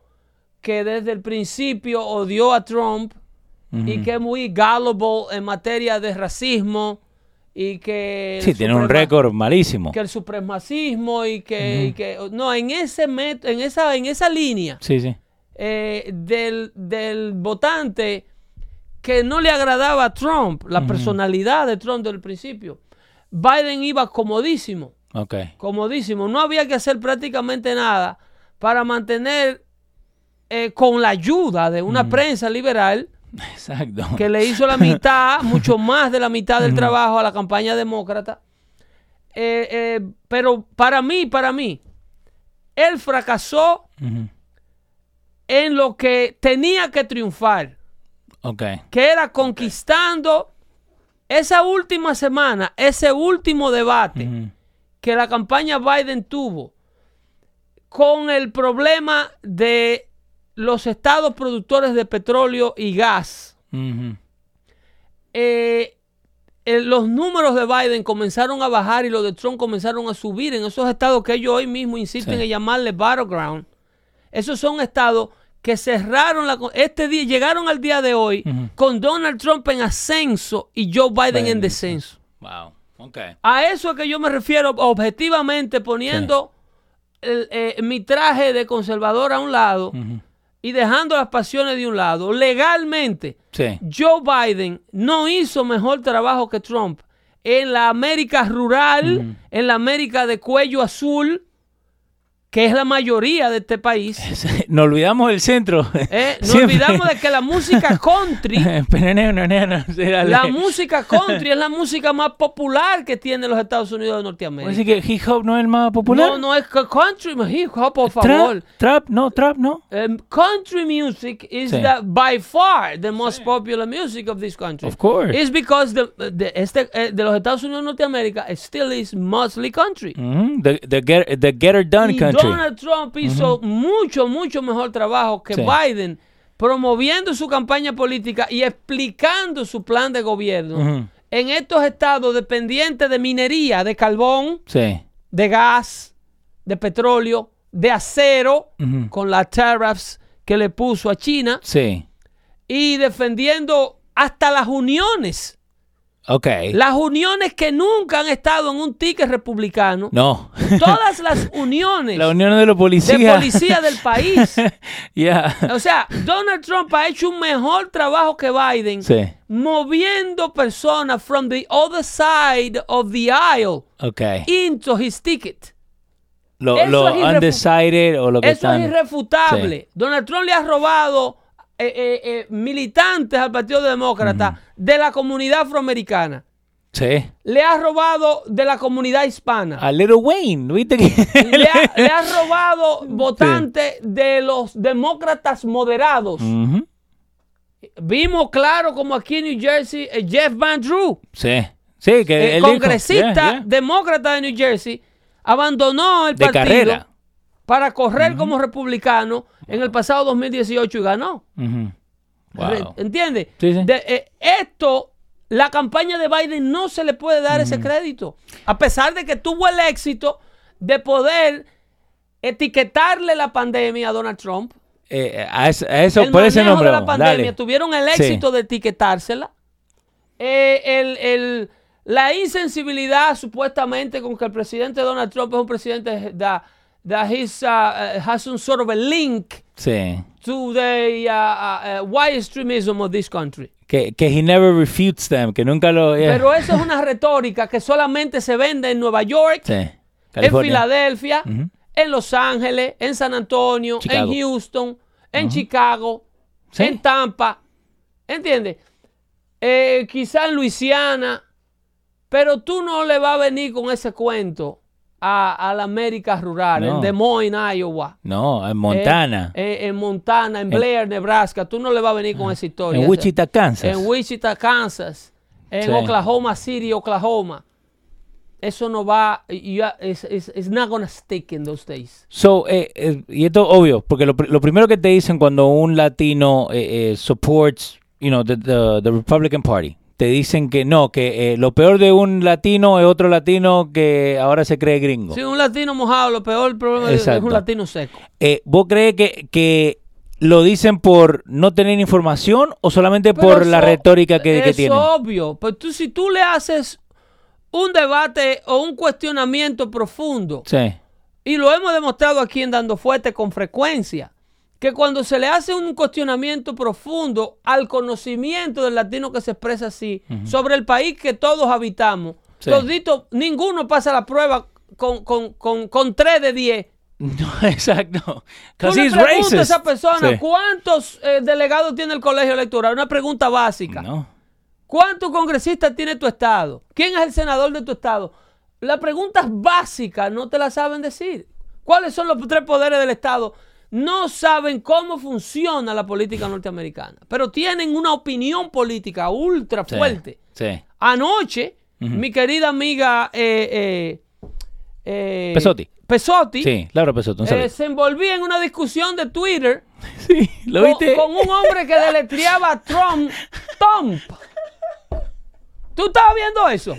que desde el principio odió a Trump y
Ujú.
que es muy gullible en materia de racismo y que... el
Sí, tiene un
suprema-
récord malísimo.
Que el supremacismo y que... y que- no, en, ese met- en, esa, en esa línea
Sí, sí.
eh, del, del votante que no le agradaba a Trump, la personalidad de Trump del principio. Biden iba comodísimo,
Ok.
comodísimo. No había que hacer prácticamente nada para mantener eh, con la ayuda de una prensa liberal
Exacto.
que le hizo la mitad, mucho más de la mitad del trabajo a la campaña demócrata. Eh, eh, pero para mí, para mí, él fracasó
Ujú.
en lo que tenía que triunfar,
Ok.
que era conquistando esa última semana, ese último debate
Ujú.
que la campaña Biden tuvo con el problema de los estados productores de petróleo y gas.
Ujú.
eh, eh, los números de Biden comenzaron a bajar y los de Trump comenzaron a subir en esos estados que ellos hoy mismo insisten
Sí.
en llamarle battleground. Esos son estados que cerraron la, co- este día, llegaron al día de hoy
Ujú.
con Donald Trump en ascenso y Joe Biden
Biden,
en descenso.
Wow. Ok.
A eso es que yo me refiero objetivamente poniendo el, eh, mi traje de conservador a un lado
Ujú.
y dejando las pasiones de un lado. Legalmente,
Sí.
Joe Biden no hizo mejor trabajo que Trump en la América rural, en la América de cuello azul, que es la mayoría de este país.
Nos olvidamos del centro.
Eh,
[LAUGHS]
no
Siempre.
olvidamos de que
[LAUGHS]
la música country,
Peneneo, neneno, sí, dale.
la música country es la música más popular que tiene los Estados Unidos de
¿Vos
Norteamérica.
decís que hip hop no es el más popular?
No, no es que country, hip hop, por favor.
Trap, trap, no, trap, no.
Um, country music is
Sí.
the, by far the most popular music of this country.
Of course.
It's because the, the- este, eh, de los Estados Unidos de Norteamérica it still is mostly country.
Ujú, the, the get, the get her done
y
country.
Donald Trump hizo mucho, mucho mejor trabajo que
Sí.
Biden promoviendo su campaña política y explicando su plan de gobierno
Ujú.
en estos estados dependientes de minería, de carbón,
Sí.
de gas, de petróleo, de acero,
Ujú.
con las tariffs que le puso a China
Sí.
y defendiendo hasta las uniones.
Ok.
Las uniones que nunca han estado en un ticket republicano.
No.
[LAUGHS] Todas las
[LAUGHS]
uniones
La unión de los policías.
de policía del país.
[LAUGHS] yeah.
O sea, Donald Trump ha hecho un mejor trabajo que Biden
Sí.
moviendo personas from the other side of the aisle
Ok.
into his ticket.
Lo,
eso
lo
es irrefu-
undecided o lo que
Eso
están.
es irrefutable. Donald Trump le ha robado eh, eh, eh, militantes al Partido Demócrata de la comunidad afroamericana.
Sí.
Le ha robado de la comunidad hispana.
A Little Wayne, ¿viste que?
[LAUGHS]
[LAUGHS]
Le ha, le ha robado votantes de los demócratas moderados.
Ujú.
Vimos claro como aquí en New Jersey, eh, Jeff Van Drew,
Sí. Sí, que
eh,
él dijo,
congresista
yeah, yeah.
demócrata de New Jersey, abandonó el
De
partido
carrera.
para correr como republicano en el pasado 2018 y ganó.
Ujú. Wow.
eh, ¿Entiendes?
Sí, sí.
eh, esto, la campaña de Biden no se le puede dar ese crédito. A pesar de que tuvo el éxito de poder etiquetarle la pandemia a Donald Trump.
Eh, a eso, a eso
el
por ese
manejo
nombre.
de la
vamos,
pandemia
dale.
tuvieron el éxito de etiquetársela. eh, el, el- la insensibilidad supuestamente con que el presidente Donald Trump es un presidente that, that he's, uh, uh, has some sort of a link
Sí.
to the uh, uh, uh, white extremism of this country.
Que, que he never refutes them, que nunca lo... eh,
Pero eso es una retórica que solamente se vende en Nueva York,
sí.
en
California.
Filadelfia,
Ujú.
en Los Ángeles, en San Antonio,
Chicago.
en Houston, en Chicago,
Sí.
en Tampa, ¿entiendes? Eh, quizá en Luisiana, pero tú no le vas a venir con ese cuento a, a la América rural,
No.
en Des Moines, Iowa.
No, en
eh,
Montana.
eh, en Montana, en Blair, Nebraska. Tú no le vas a venir con esa historia.
en
esa-
Wichita, Kansas.
en Wichita, Kansas, en
Sí.
Oklahoma City, Oklahoma. Eso no va, you are- it's, it's- it's not gonna stick in those days.
So, eh, eh, y esto obvio, porque lo, pr- lo primero que te dicen cuando un latino eh, eh, supports, you know, the, the, the Republican Party, te dicen que no, que eh, lo peor de un latino es otro latino que ahora se cree gringo.
Si un latino mojado, lo peor problema es- es
Exacto.
un latino seco.
Eh, ¿Vos crees que, que lo dicen por no tener información o solamente por
Pero
la
eso
retórica que, que
es
tienen?
obvio, pero tú si tú le haces un debate o un cuestionamiento profundo,
Sí, [LAUGHS]
y lo hemos demostrado aquí en Dando Fuerte con frecuencia, que cuando se le hace un cuestionamiento profundo al conocimiento del latino que se expresa así sobre el país que todos habitamos,
Sí.
todito- ninguno pasa la prueba con, con, con, 3 de 10.
no, exacto.
Tú
Cause
le
he's
preguntas a
racist.
esa persona
Sí.
cuántos eh, delegados tiene el colegio electoral, una pregunta básica.
No.
¿Cuántos congresistas tiene tu estado? ¿Quién es el senador de tu estado? Las preguntas básicas no te las saben decir. ¿Cuáles son los tres poderes del estado? No saben cómo funciona la política norteamericana, pero tienen una opinión política ultra
Sí,
fuerte.
Sí.
Anoche, mi querida amiga eh, eh, eh,
Pesotti.
Pesotti,
Sí, Laura Pesoto. un
eh,
saludo.
se envolvía en una discusión de Twitter
[LAUGHS] sí, ¿lo
con-
viste?
Con, un hombre que deletreaba a Trump. Trump. ¿Tú estabas viendo eso?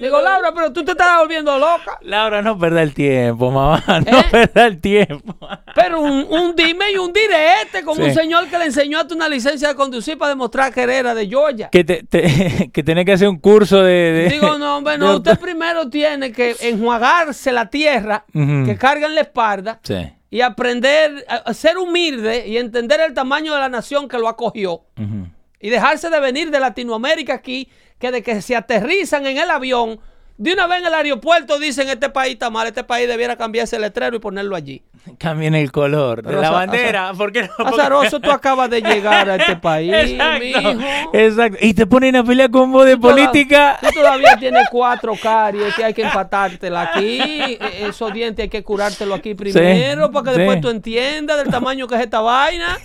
Digo, Laura, pero tú te estás volviendo loca.
Laura, no perda el tiempo, mamá. [LAUGHS] No
¿Eh?
perda el tiempo.
Pero un, un dime y un direte con
Sí.
un señor que le enseñó a tu una licencia de conducir para demostrar que era de Georgia.
Que, te, te- [LAUGHS] que tenés que hacer un curso de. de-
Digo, no, hombre, no,
de-
usted primero tiene que enjuagarse la tierra
Ujú.
que carga en la espalda
[LAUGHS] Sí.
y aprender a, a ser humilde y entender el tamaño de la nación que lo acogió.
Ujú.
y dejarse de venir de Latinoamérica aquí, que de que se aterrizan en el avión, de una vez en el aeropuerto dicen este país está mal, este país debiera cambiar ese letrero y ponerlo allí.
Cambien el color de
Pero
la
asa-
bandera. ¿Por qué [LAUGHS] no? Porque- [LAUGHS]
Azaroso, tú acabas de llegar a este país,
Exacto.
mijo.
Exacto. Y te ponen a pelear con vos de
Tú toda-
política.
Tú todavía tienes cuatro caries que hay que empatártela aquí. E- Esos dientes hay que curártelo aquí primero para que
sí.
después tú entiendas del tamaño que es esta vaina.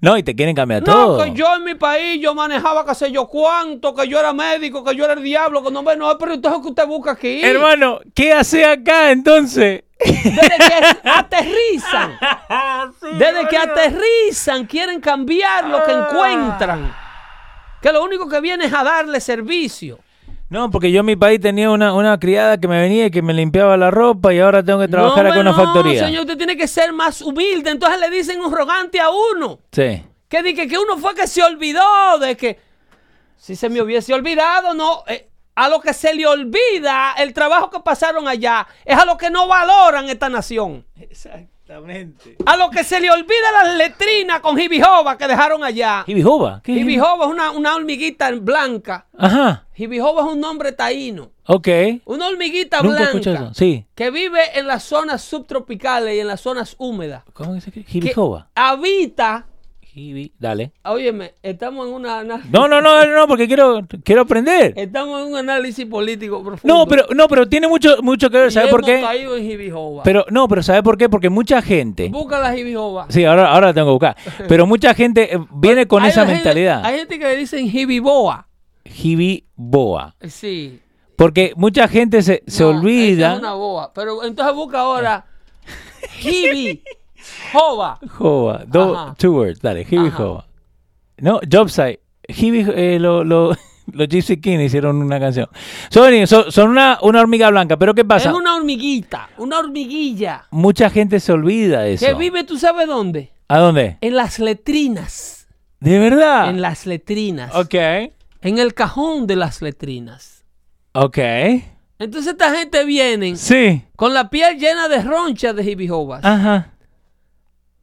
No, y te quieren cambiar
No,
todo.
que yo en mi país, yo manejaba que sé yo cuánto, que yo era médico, que yo era el diablo, que no, hombre, no, pero entonces ¿qué usted busca aquí?
Hermano, ¿qué hace acá entonces? [LAUGHS]
Desde que [LAUGHS] aterrizan, desde que
boludo.
aterrizan, quieren cambiar lo
Ah.
que encuentran. Que lo único que viene es a darle servicio.
No, porque yo en mi país tenía una, una criada que me venía y que me limpiaba la ropa y ahora tengo que trabajar
no,
acá en
hombre,
una
no,
factoría.
señor, usted tiene que ser más humilde. Entonces le dicen arrogante a uno.
Sí.
Que dije que uno fue que se olvidó de que si se me hubiese olvidado, no. eh, a lo que se le olvida el trabajo que pasaron allá es a lo que no valoran esta nación.
Exactamente.
A lo que se le olvida las letrinas con jibijoba que dejaron allá.
Ibijoba. ¿Qué es Ibi-
Jibijoba es una, una hormiguita blanca.
Ajá.
Jibijoba es un nombre taíno.
Ok.
Una hormiguita
Nunca he escuchado
blanca
eso. Sí.
que vive en las zonas subtropicales y en las zonas húmedas.
¿Cómo que se escribe?
Que
Ibijoba.
habita.
Ibi- Dale.
Óyeme, estamos en una. una-
No, no, no, no, porque quiero, quiero aprender.
Estamos en un análisis político profundo.
No, pero, no, pero tiene mucho, mucho que ver, ¿sabes
Y
por
hemos
qué?
caído en jibijoba.
Pero, no, pero ¿sabes por qué? Porque mucha gente.
Busca la jibijoba.
Sí, ahora, ahora la tengo que buscar.
[LAUGHS]
Pero mucha gente eh, viene con
Hay
esa
gente-
mentalidad.
hay gente que le dicen jibiboa.
Jibiboa.
Sí.
Porque mucha gente se, se
No, esa
olvida.
Es una boa. Pero entonces busca ahora jibijoba.
Jova. do-
Ajá.
two words, dale.
Ajá.
Jibijova. No, Jobsite. Jibi, eh, lo- lo- [LAUGHS] los Gypsy Kings hicieron una canción. Son, anyway, son- son una, una hormiga blanca, pero ¿qué
Es
[LAUGHS] pasa?
una hormiguita, una hormiguilla.
Mucha gente se olvida de eso.
Que vive, ¿tú sabes dónde?
¿A dónde?
En las letrinas.
¿De verdad?
En las letrinas.
Ah. Ok.
en el cajón de las letrinas.
Ok.
Entonces esta gente viene
Sí. Ah.
con la piel llena de ronchas de jibijobas
Ajá.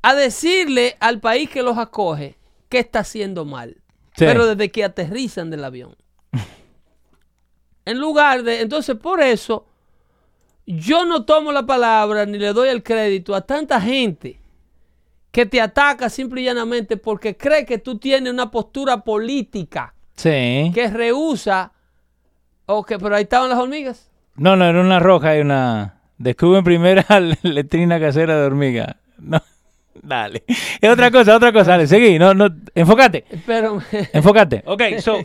a decirle al país que los acoge que está haciendo mal.
Sí.
Pero desde que aterrizan del
[LAUGHS]
avión. en lugar de, entonces por eso, yo no tomo la palabra ni le doy el crédito a tanta gente que te ataca simple y llanamente porque cree que tú tienes una postura política
Sí.
que rehúsa o que, pero ahí estaban las hormigas.
No, no, era una roja y una. Descubren [LAUGHS] primera la letrina casera de hormiga. No. [LAUGHS] Dale. Es otra cosa, otra cosa. Dale, seguí. No, no. Enfócate.
Pero
Enfócate. Ok, so.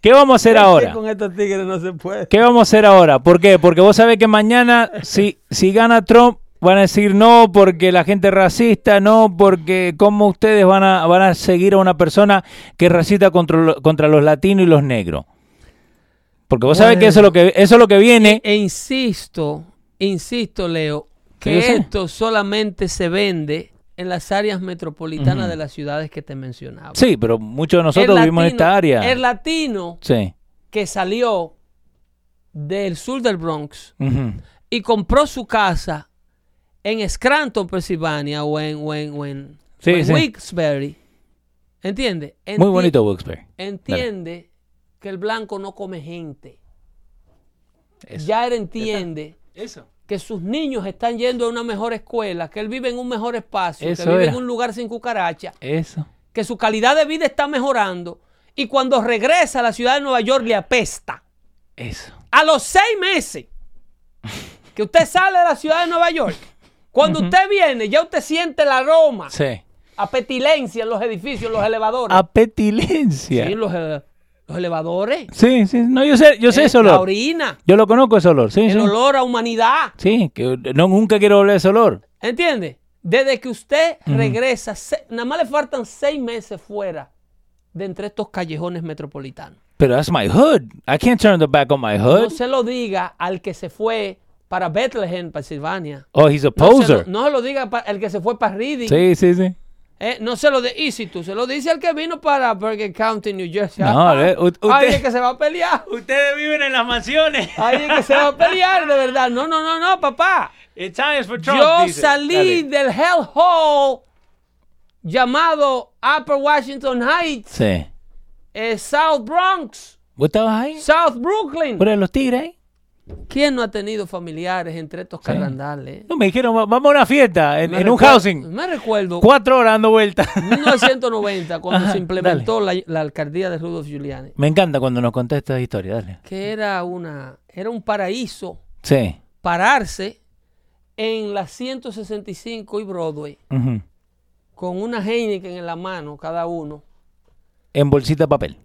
¿Qué vamos a hacer ahora?
[LAUGHS] con estos tigres no se puede.
¿Qué vamos a hacer ahora? ¿Por qué? Porque vos sabés que mañana, si, si gana Trump, van a decir no porque la gente es racista, no porque cómo ustedes van a, van a seguir a una persona que es racista contra, lo- contra los latinos y los negros. Porque vos sabés que eso es lo que, eso es lo que viene.
E insisto, insisto, Leo,
Sí,
que
yo sé.
esto solamente se vende en las áreas metropolitanas de las ciudades que te mencionaba.
Sí, pero muchos de
El
nosotros vivimos en esta
latino-
área.
El latino
Sí.
que salió del sur del Bronx
Ujú.
y compró su casa en Scranton, Pensilvania, o en, o en, o en-
Sí,
o en
sí.
Wilkes-Barre, ¿entiende?
Muy
Enti-
bonito, Wilkes-Barre.
Entiende que el blanco no come gente. Ya él entiende
Eso.
que sus niños están yendo a una mejor escuela, que él vive en un mejor espacio,
Eso
que vive
era.
en un lugar sin cucaracha,
Eso.
que su calidad de vida está mejorando y cuando regresa a la ciudad de Nueva York le apesta.
Eso.
A los seis meses que usted sale de la ciudad de Nueva York, cuando usted viene ya usted siente el aroma,
Sí. Ah,
apetilencia en los edificios, en los elevadores.
Apetilencia.
Sí, los, eh, los elevadores.
Sí, sí. No, yo sé, yo sé
eh,
ese
la
olor.
orina,
Yo lo conozco ese olor. Sí,
el
sí.
olor a humanidad.
Sí, que no, nunca quiero volver a ese olor.
¿Entiende? Desde que usted regresa, se- nada más le faltan seis meses fuera de entre estos callejones metropolitanos.
Pero that's my hood. I can't turn the back on my
No
hood.
se lo diga al que se fue para Bethlehem, Pensilvania.
Oh, he's a
No se,
poser.
lo, no se lo diga pa- al que se fue para Reading.
Sí, sí, sí.
Eh, no se lo de y si tú se lo dice al que vino para Burger County, New Jersey.
No, a ver, u-
Ay,
usted-
es que Ah. se va a pelear.
Ustedes viven en las mansiones.
Ay, es que se va a pelear, de verdad. No, no, no, no, papá.
[LAUGHS] It's time for
Yo salí del hellhole llamado Upper Washington Heights,
Sí.
eh, South Bronx,
¿Vos estabas ahí?
South Brooklyn.
¿Fuera de los tigres ahí?
¿Quién no ha tenido familiares entre estos carrandales?
No, me dijeron, "Va- vamos a una fiesta en,
Me
en un
recuer-
housing.
Me recuerdo
Cuatro horas dando vueltas.
1990 cuando
Ajá,
se implementó la, la alcaldía de Rudolf Giuliani,
[LAUGHS] me encanta cuando nos contás estas historias, dale.
que era una era un paraíso
Sí.
pararse en la 165 y Broadway
Ujú.
con una Heineken en la mano cada uno.
En bolsita de papel.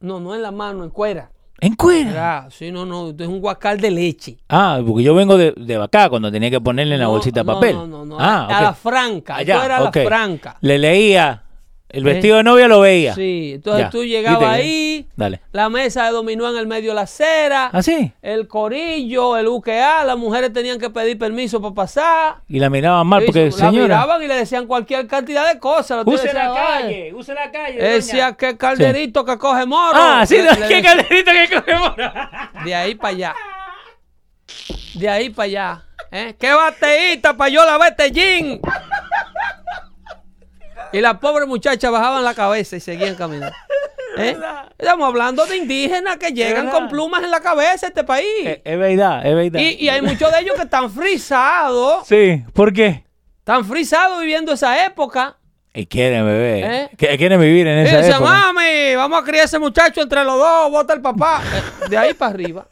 No, no en la mano, en cuera.
En cuera.
Era, sí, no, no, esto es un guacal de leche.
Ah, porque yo vengo de, de Bacá cuando tenía que ponerle en la
No,
bolsita de
no,
papel.
No, no, no.
Ah,
A la
ok.
franca.
Allá,
esto era
ok.
la franca.
Le leía. El vestido de novia lo veía.
Sí, entonces
Ya.
tú llegabas
Viste que-
ahí,
Dale.
la mesa de dominó en el medio de la acera,
¿Ah, sí?
el corillo, el UQA, las mujeres tenían que pedir permiso para pasar.
Y la miraban mal Ah, porque,
Y la
señora.
miraban y le decían cualquier cantidad de cosas. los tigres decían, "Ay,
use la calle.
Decía que calderito que coge moro.
Ah, sí,
Eh, Le- le
qué
decía-
calderito que cogemos.
De ahí para allá. De ahí para allá. ¿eh? ¡Qué bateíta para yo lavar este jean! Y la pobre muchacha bajaban la cabeza y seguían caminando. ¿eh? Estamos hablando de indígenas que llegan
verdad.
con plumas en la cabeza a este país.
Eh, [LAUGHS] Es verdad, es verdad.
y, y hay muchos de ellos que están frisados.
Sí, ¿por qué?
Están frisados viviendo esa época.
Y quieren, bebé.
¿Eh?
que Quieren vivir en
Y
esa
dice,
época.
mami, vamos a criar ese muchacho entre los dos, bota el papá. Eh, De ahí para arriba.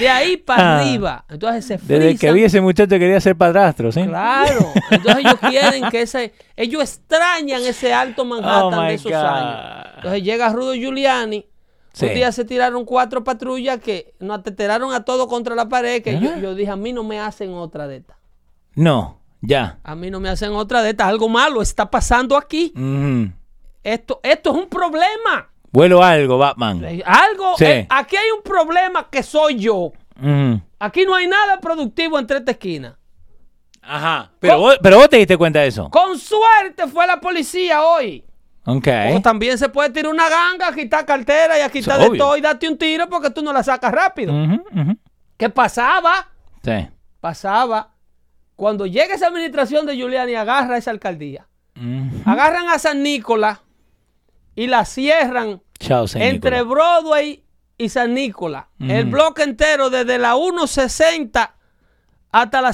De ahí para
Ah.
arriba. Entonces se
Desde que
frisan.
vi ese muchacho quería ser padrastro, ¿sí?
Claro. Entonces ellos quieren que ese... Ellos extrañan ese alto
Oh,
Manhattan
my
de esos
God.
años. Entonces llega Rudo Giuliani.
Sí.
Un día se tiraron cuatro patrullas que nos ateteraron a todos contra la pared. Que
Ah.
yo, yo dije, a mí no me hacen otra de estas.
No, ya.
A mí no me hacen otra de estas. Algo malo está pasando aquí.
Ujú.
Esto, esto es un problema.
Vuelo algo, Batman.
Eh, Algo,
Sí.
eh, aquí hay un problema que soy yo.
Ujú.
Aquí no hay nada productivo entre esta esquina.
Ajá. Pero vos, pero vos te diste cuenta de eso.
Con suerte fue la policía hoy
Ok.
O también se puede tirar una ganga, quitar cartera y a quitar
Eso es
de
obvio. Mm.
todo y darte un tiro porque tú no la sacas rápido.
Ujú, ujú.
¿Qué pasaba?
Sí.
Pasaba. Cuando llega esa administración de Giuliani, agarra esa alcaldía.
Ujú.
Agarran a San Nicolás y la cierran
Chao, señor.
entre Broadway y San Nicolás.
Ujú.
El bloque entero desde la 160 hasta la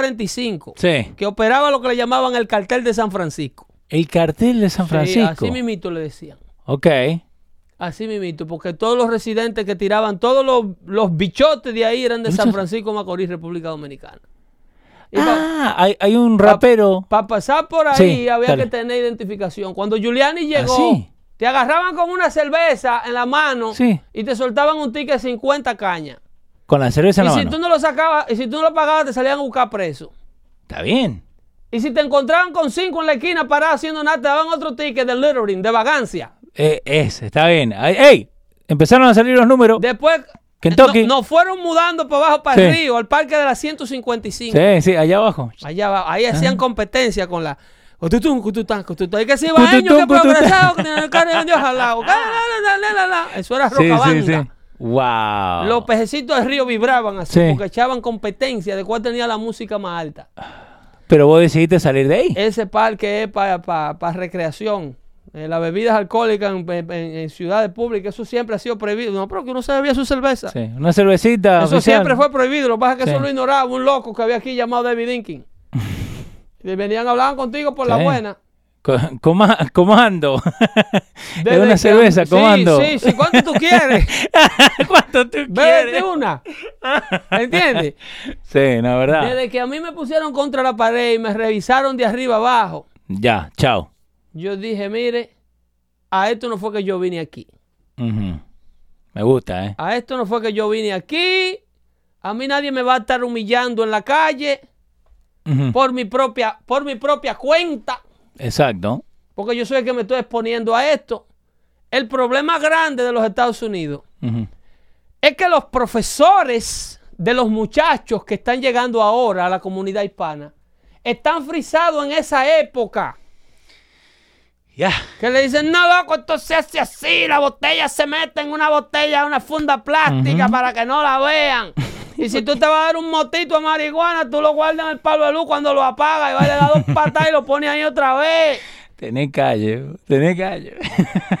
145.
Sí.
Que operaba lo que le llamaban el cartel de San Francisco.
El cartel de San
Sí,
Francisco.
así mismito le decían.
Ok.
Así mismito, porque todos los residentes que tiraban, todos los, los bichotes de ahí eran de San Francisco Macorís, República Dominicana. Y pa-
Ah, hay, hay un rapero.
para pasar por ahí
Sí,
había
dale. Ah,
que tener identificación. Cuando Giuliani llegó,
sí.
te agarraban con una cerveza en la mano
Sí.
y te soltaban un ticket de 50 cañas.
Con la cerveza en
Y
la
si
mano.
tú no lo sacabas, y si tú no lo pagabas, te salían a buscar preso.
Está bien.
Y si te encontraban con cinco en la esquina parado haciendo nada, te daban otro ticket de littering, de vagancia.
Eh, es, está bien. Ay, ¡Ey! Empezaron a salir los números.
Después
Kentucky.
no- nos fueron mudando para abajo, para el
Sí.
río, al parque de la 155.
Sí, sí, allá abajo.
Allá va- ahí hacían competencia con la. Cututún, cutután, cutután. Y que si baeño, que
Cututún, cutután.
progresado, [LAUGHS] que tiene el carro de Dios
[LAUGHS]
al lado. La, la, la, la, la. Eso era
Sí, sí,
Rocabanga.
sí. ¡Wow!
Los pejecitos del río vibraban así
Sí.
porque echaban competencia de cuál tenía la música más alta.
Pero vos decidiste salir de ahí.
Ese parque es para recreación. Eh, las bebidas alcohólicas en, en- en ciudades públicas, eso siempre ha sido prohibido. No, pero que uno se bebía su cerveza.
Sí, una cervecita.
Eso
oficial.
siempre fue prohibido. Lo que pasa es que
Sí.
eso lo ignoraba un loco que había aquí llamado
[LAUGHS]
David Inkin. Y venían, hablaban contigo por la
Sí.
buena.
Co- coma- comando. [LAUGHS]
Desde
es una
que-
cerveza,
sí,
comando.
Sí, sí, ¿cuánto tú
[LAUGHS]
quieres?
¿Cuánto tú
Bébete
quieres?
una.
[LAUGHS]
¿Entiendes?
Sí, la verdad.
Desde que a mí me pusieron contra la pared y me revisaron de arriba abajo,
Ya, chao.
yo dije, mire, a esto no fue que yo vine aquí.
Ujú. Me gusta, ¿eh?
A esto no fue que yo vine aquí. A mí nadie me va a estar humillando en la calle
Ujú.
por mi propia, por mi propia cuenta.
Exacto.
porque yo soy el que me estoy exponiendo a esto. El problema grande de los Estados Unidos
Ujú.
es que los profesores de los muchachos que están llegando ahora a la comunidad hispana están frisados en esa época.
Ya.
Que le dicen, no, loco, esto se hace así, la botella se mete en una botella, una funda plástica para que no la vean. Y si tú te vas a dar un motito a marihuana, tú lo guardas en el palo de luz cuando lo apagas y vas a dar dos patas y lo pones ahí otra vez.
Tenés calle, tenés calle.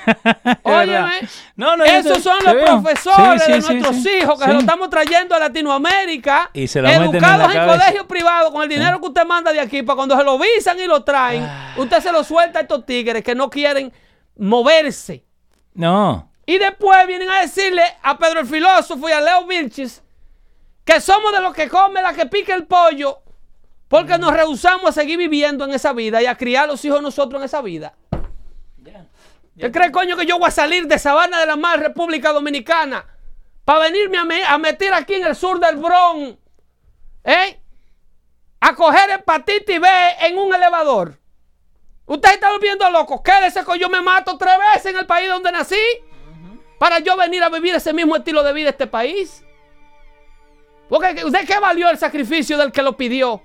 [LAUGHS]
Óyeme,
No, no, yo
esos
te-
son
te
los
veo.
profesores
Sí,
de
sí, sí,
nuestros
sí.
hijos que
Sí.
se lo estamos trayendo a Latinoamérica,
Y se lo meten en la
educados en,
cabeza.
colegios privados con el dinero que usted manda de aquí, para cuando se lo visan y lo traen,
Ah.
usted se lo suelta a estos tigres que no quieren moverse. [LAUGHS]
No.
Y después vienen a decirle a Pedro el Filósofo y a Leo Vilches que somos de los que come la que pica el pollo porque nos rehusamos a seguir viviendo en esa vida y a criar a los hijos nosotros en esa vida. ¿Te crees, coño, que yo voy a salir de Sabana de la Mar, República Dominicana, para venirme a, me- a meter aquí en el sur del Bronx? ¿Eh? A coger hepatitis B en un elevador. Usted está volviendo loco. Quédese que yo me mato tres veces en el país donde nací para yo venir a vivir ese mismo estilo de vida de este país. Porque ¿de qué valió el sacrificio del que lo pidió?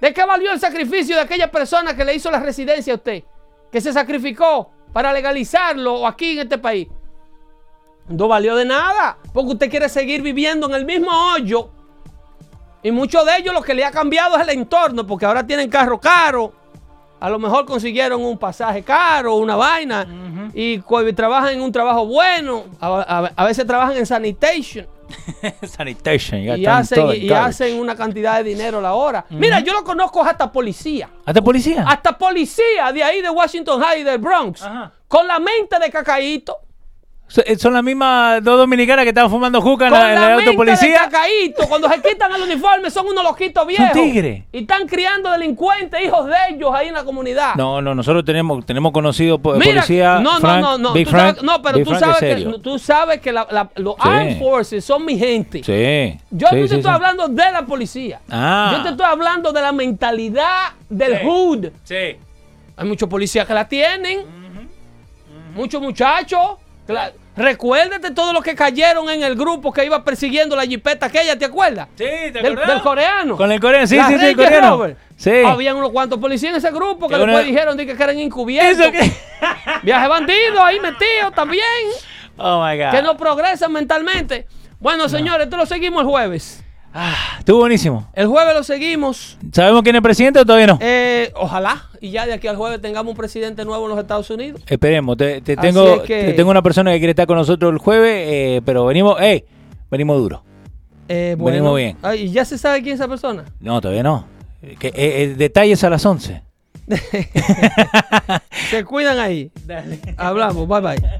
¿De qué valió el sacrificio de aquella persona que le hizo la residencia a usted? Que se sacrificó para legalizarlo aquí en este país. No valió de nada, porque usted quiere seguir viviendo en el mismo hoyo. Y muchos de ellos lo que le ha cambiado es el entorno, porque ahora tienen carro caro. A lo mejor consiguieron un pasaje caro, una vaina, y co- y trabajan en un trabajo bueno. A, a- a veces trabajan en sanitation
Sanitation.
y hacen, y- y hacen una cantidad de dinero a la hora. Mira, yo lo conozco hasta policía.
¿Hasta policía?
Hasta policía de ahí de Washington High y del Bronx.
Ah. Ajá.
Con la mente de cacaíto.
So- eh, Son las mismas dos dominicanas que estaban fumando juca en
Con
la, en la
la mente de
autopolicía.
cacaíto. Cuando se quitan el uniforme son unos loquitos viejos.
tigres.
Y están criando delincuentes, hijos de ellos ahí en la comunidad.
No, no, nosotros tenemos tenemos conocido po-
Ah. Mira,
policía.
no,
Frank,
no, no, no,
Big
tú sabes-
Frank,
no, pero
Big
tú
Frank es
sabes, que,
serio.
tú sabes que la- la- los
Sí.
Armed Forces son mi gente.
Sí.
Yo
sí,
no te
sí,
estoy
sí.
hablando de la policía.
Ah.
Yo te estoy hablando de la mentalidad del
Sí.
hood.
Sí.
Hay muchos policías que la tienen. Muchos muchachos. que la- Recuérdate todos los que cayeron en el grupo que iba persiguiendo la jipeta aquella, ¿te acuerdas?
Sí, ¿te
Del,
acordás?
del coreano.
Con el coreano, sí,
Las
sí, sí, el
Rangers
coreano.
Rover.
Sí.
Habían unos cuantos policías en ese grupo que
Que
después
uno-
dijeron de que eran encubiertos.
¿Eso qué?
Viaje bandido ahí metido también.
Oh my God.
Que no progresan mentalmente. Bueno, señores, esto lo seguimos el jueves.
Ah, estuvo buenísimo.
El jueves lo seguimos.
¿Sabemos quién es presidente o todavía no?
eh, ojalá. Y ya de aquí al jueves tengamos un presidente nuevo en los Estados Unidos.
Esperemos. Te, te
Así
tengo,
es que-
te tengo una persona que quiere estar con nosotros el jueves, eh, pero venimos, ¡ey! Venimos duro.
Eh,
Venimos
bueno.
bien.
Ay, ¿Y ya se sabe quién es esa persona?
No, todavía no. Que, eh, eh, detalles a las 11.
Se cuidan ahí. Hablamos. Bye bye.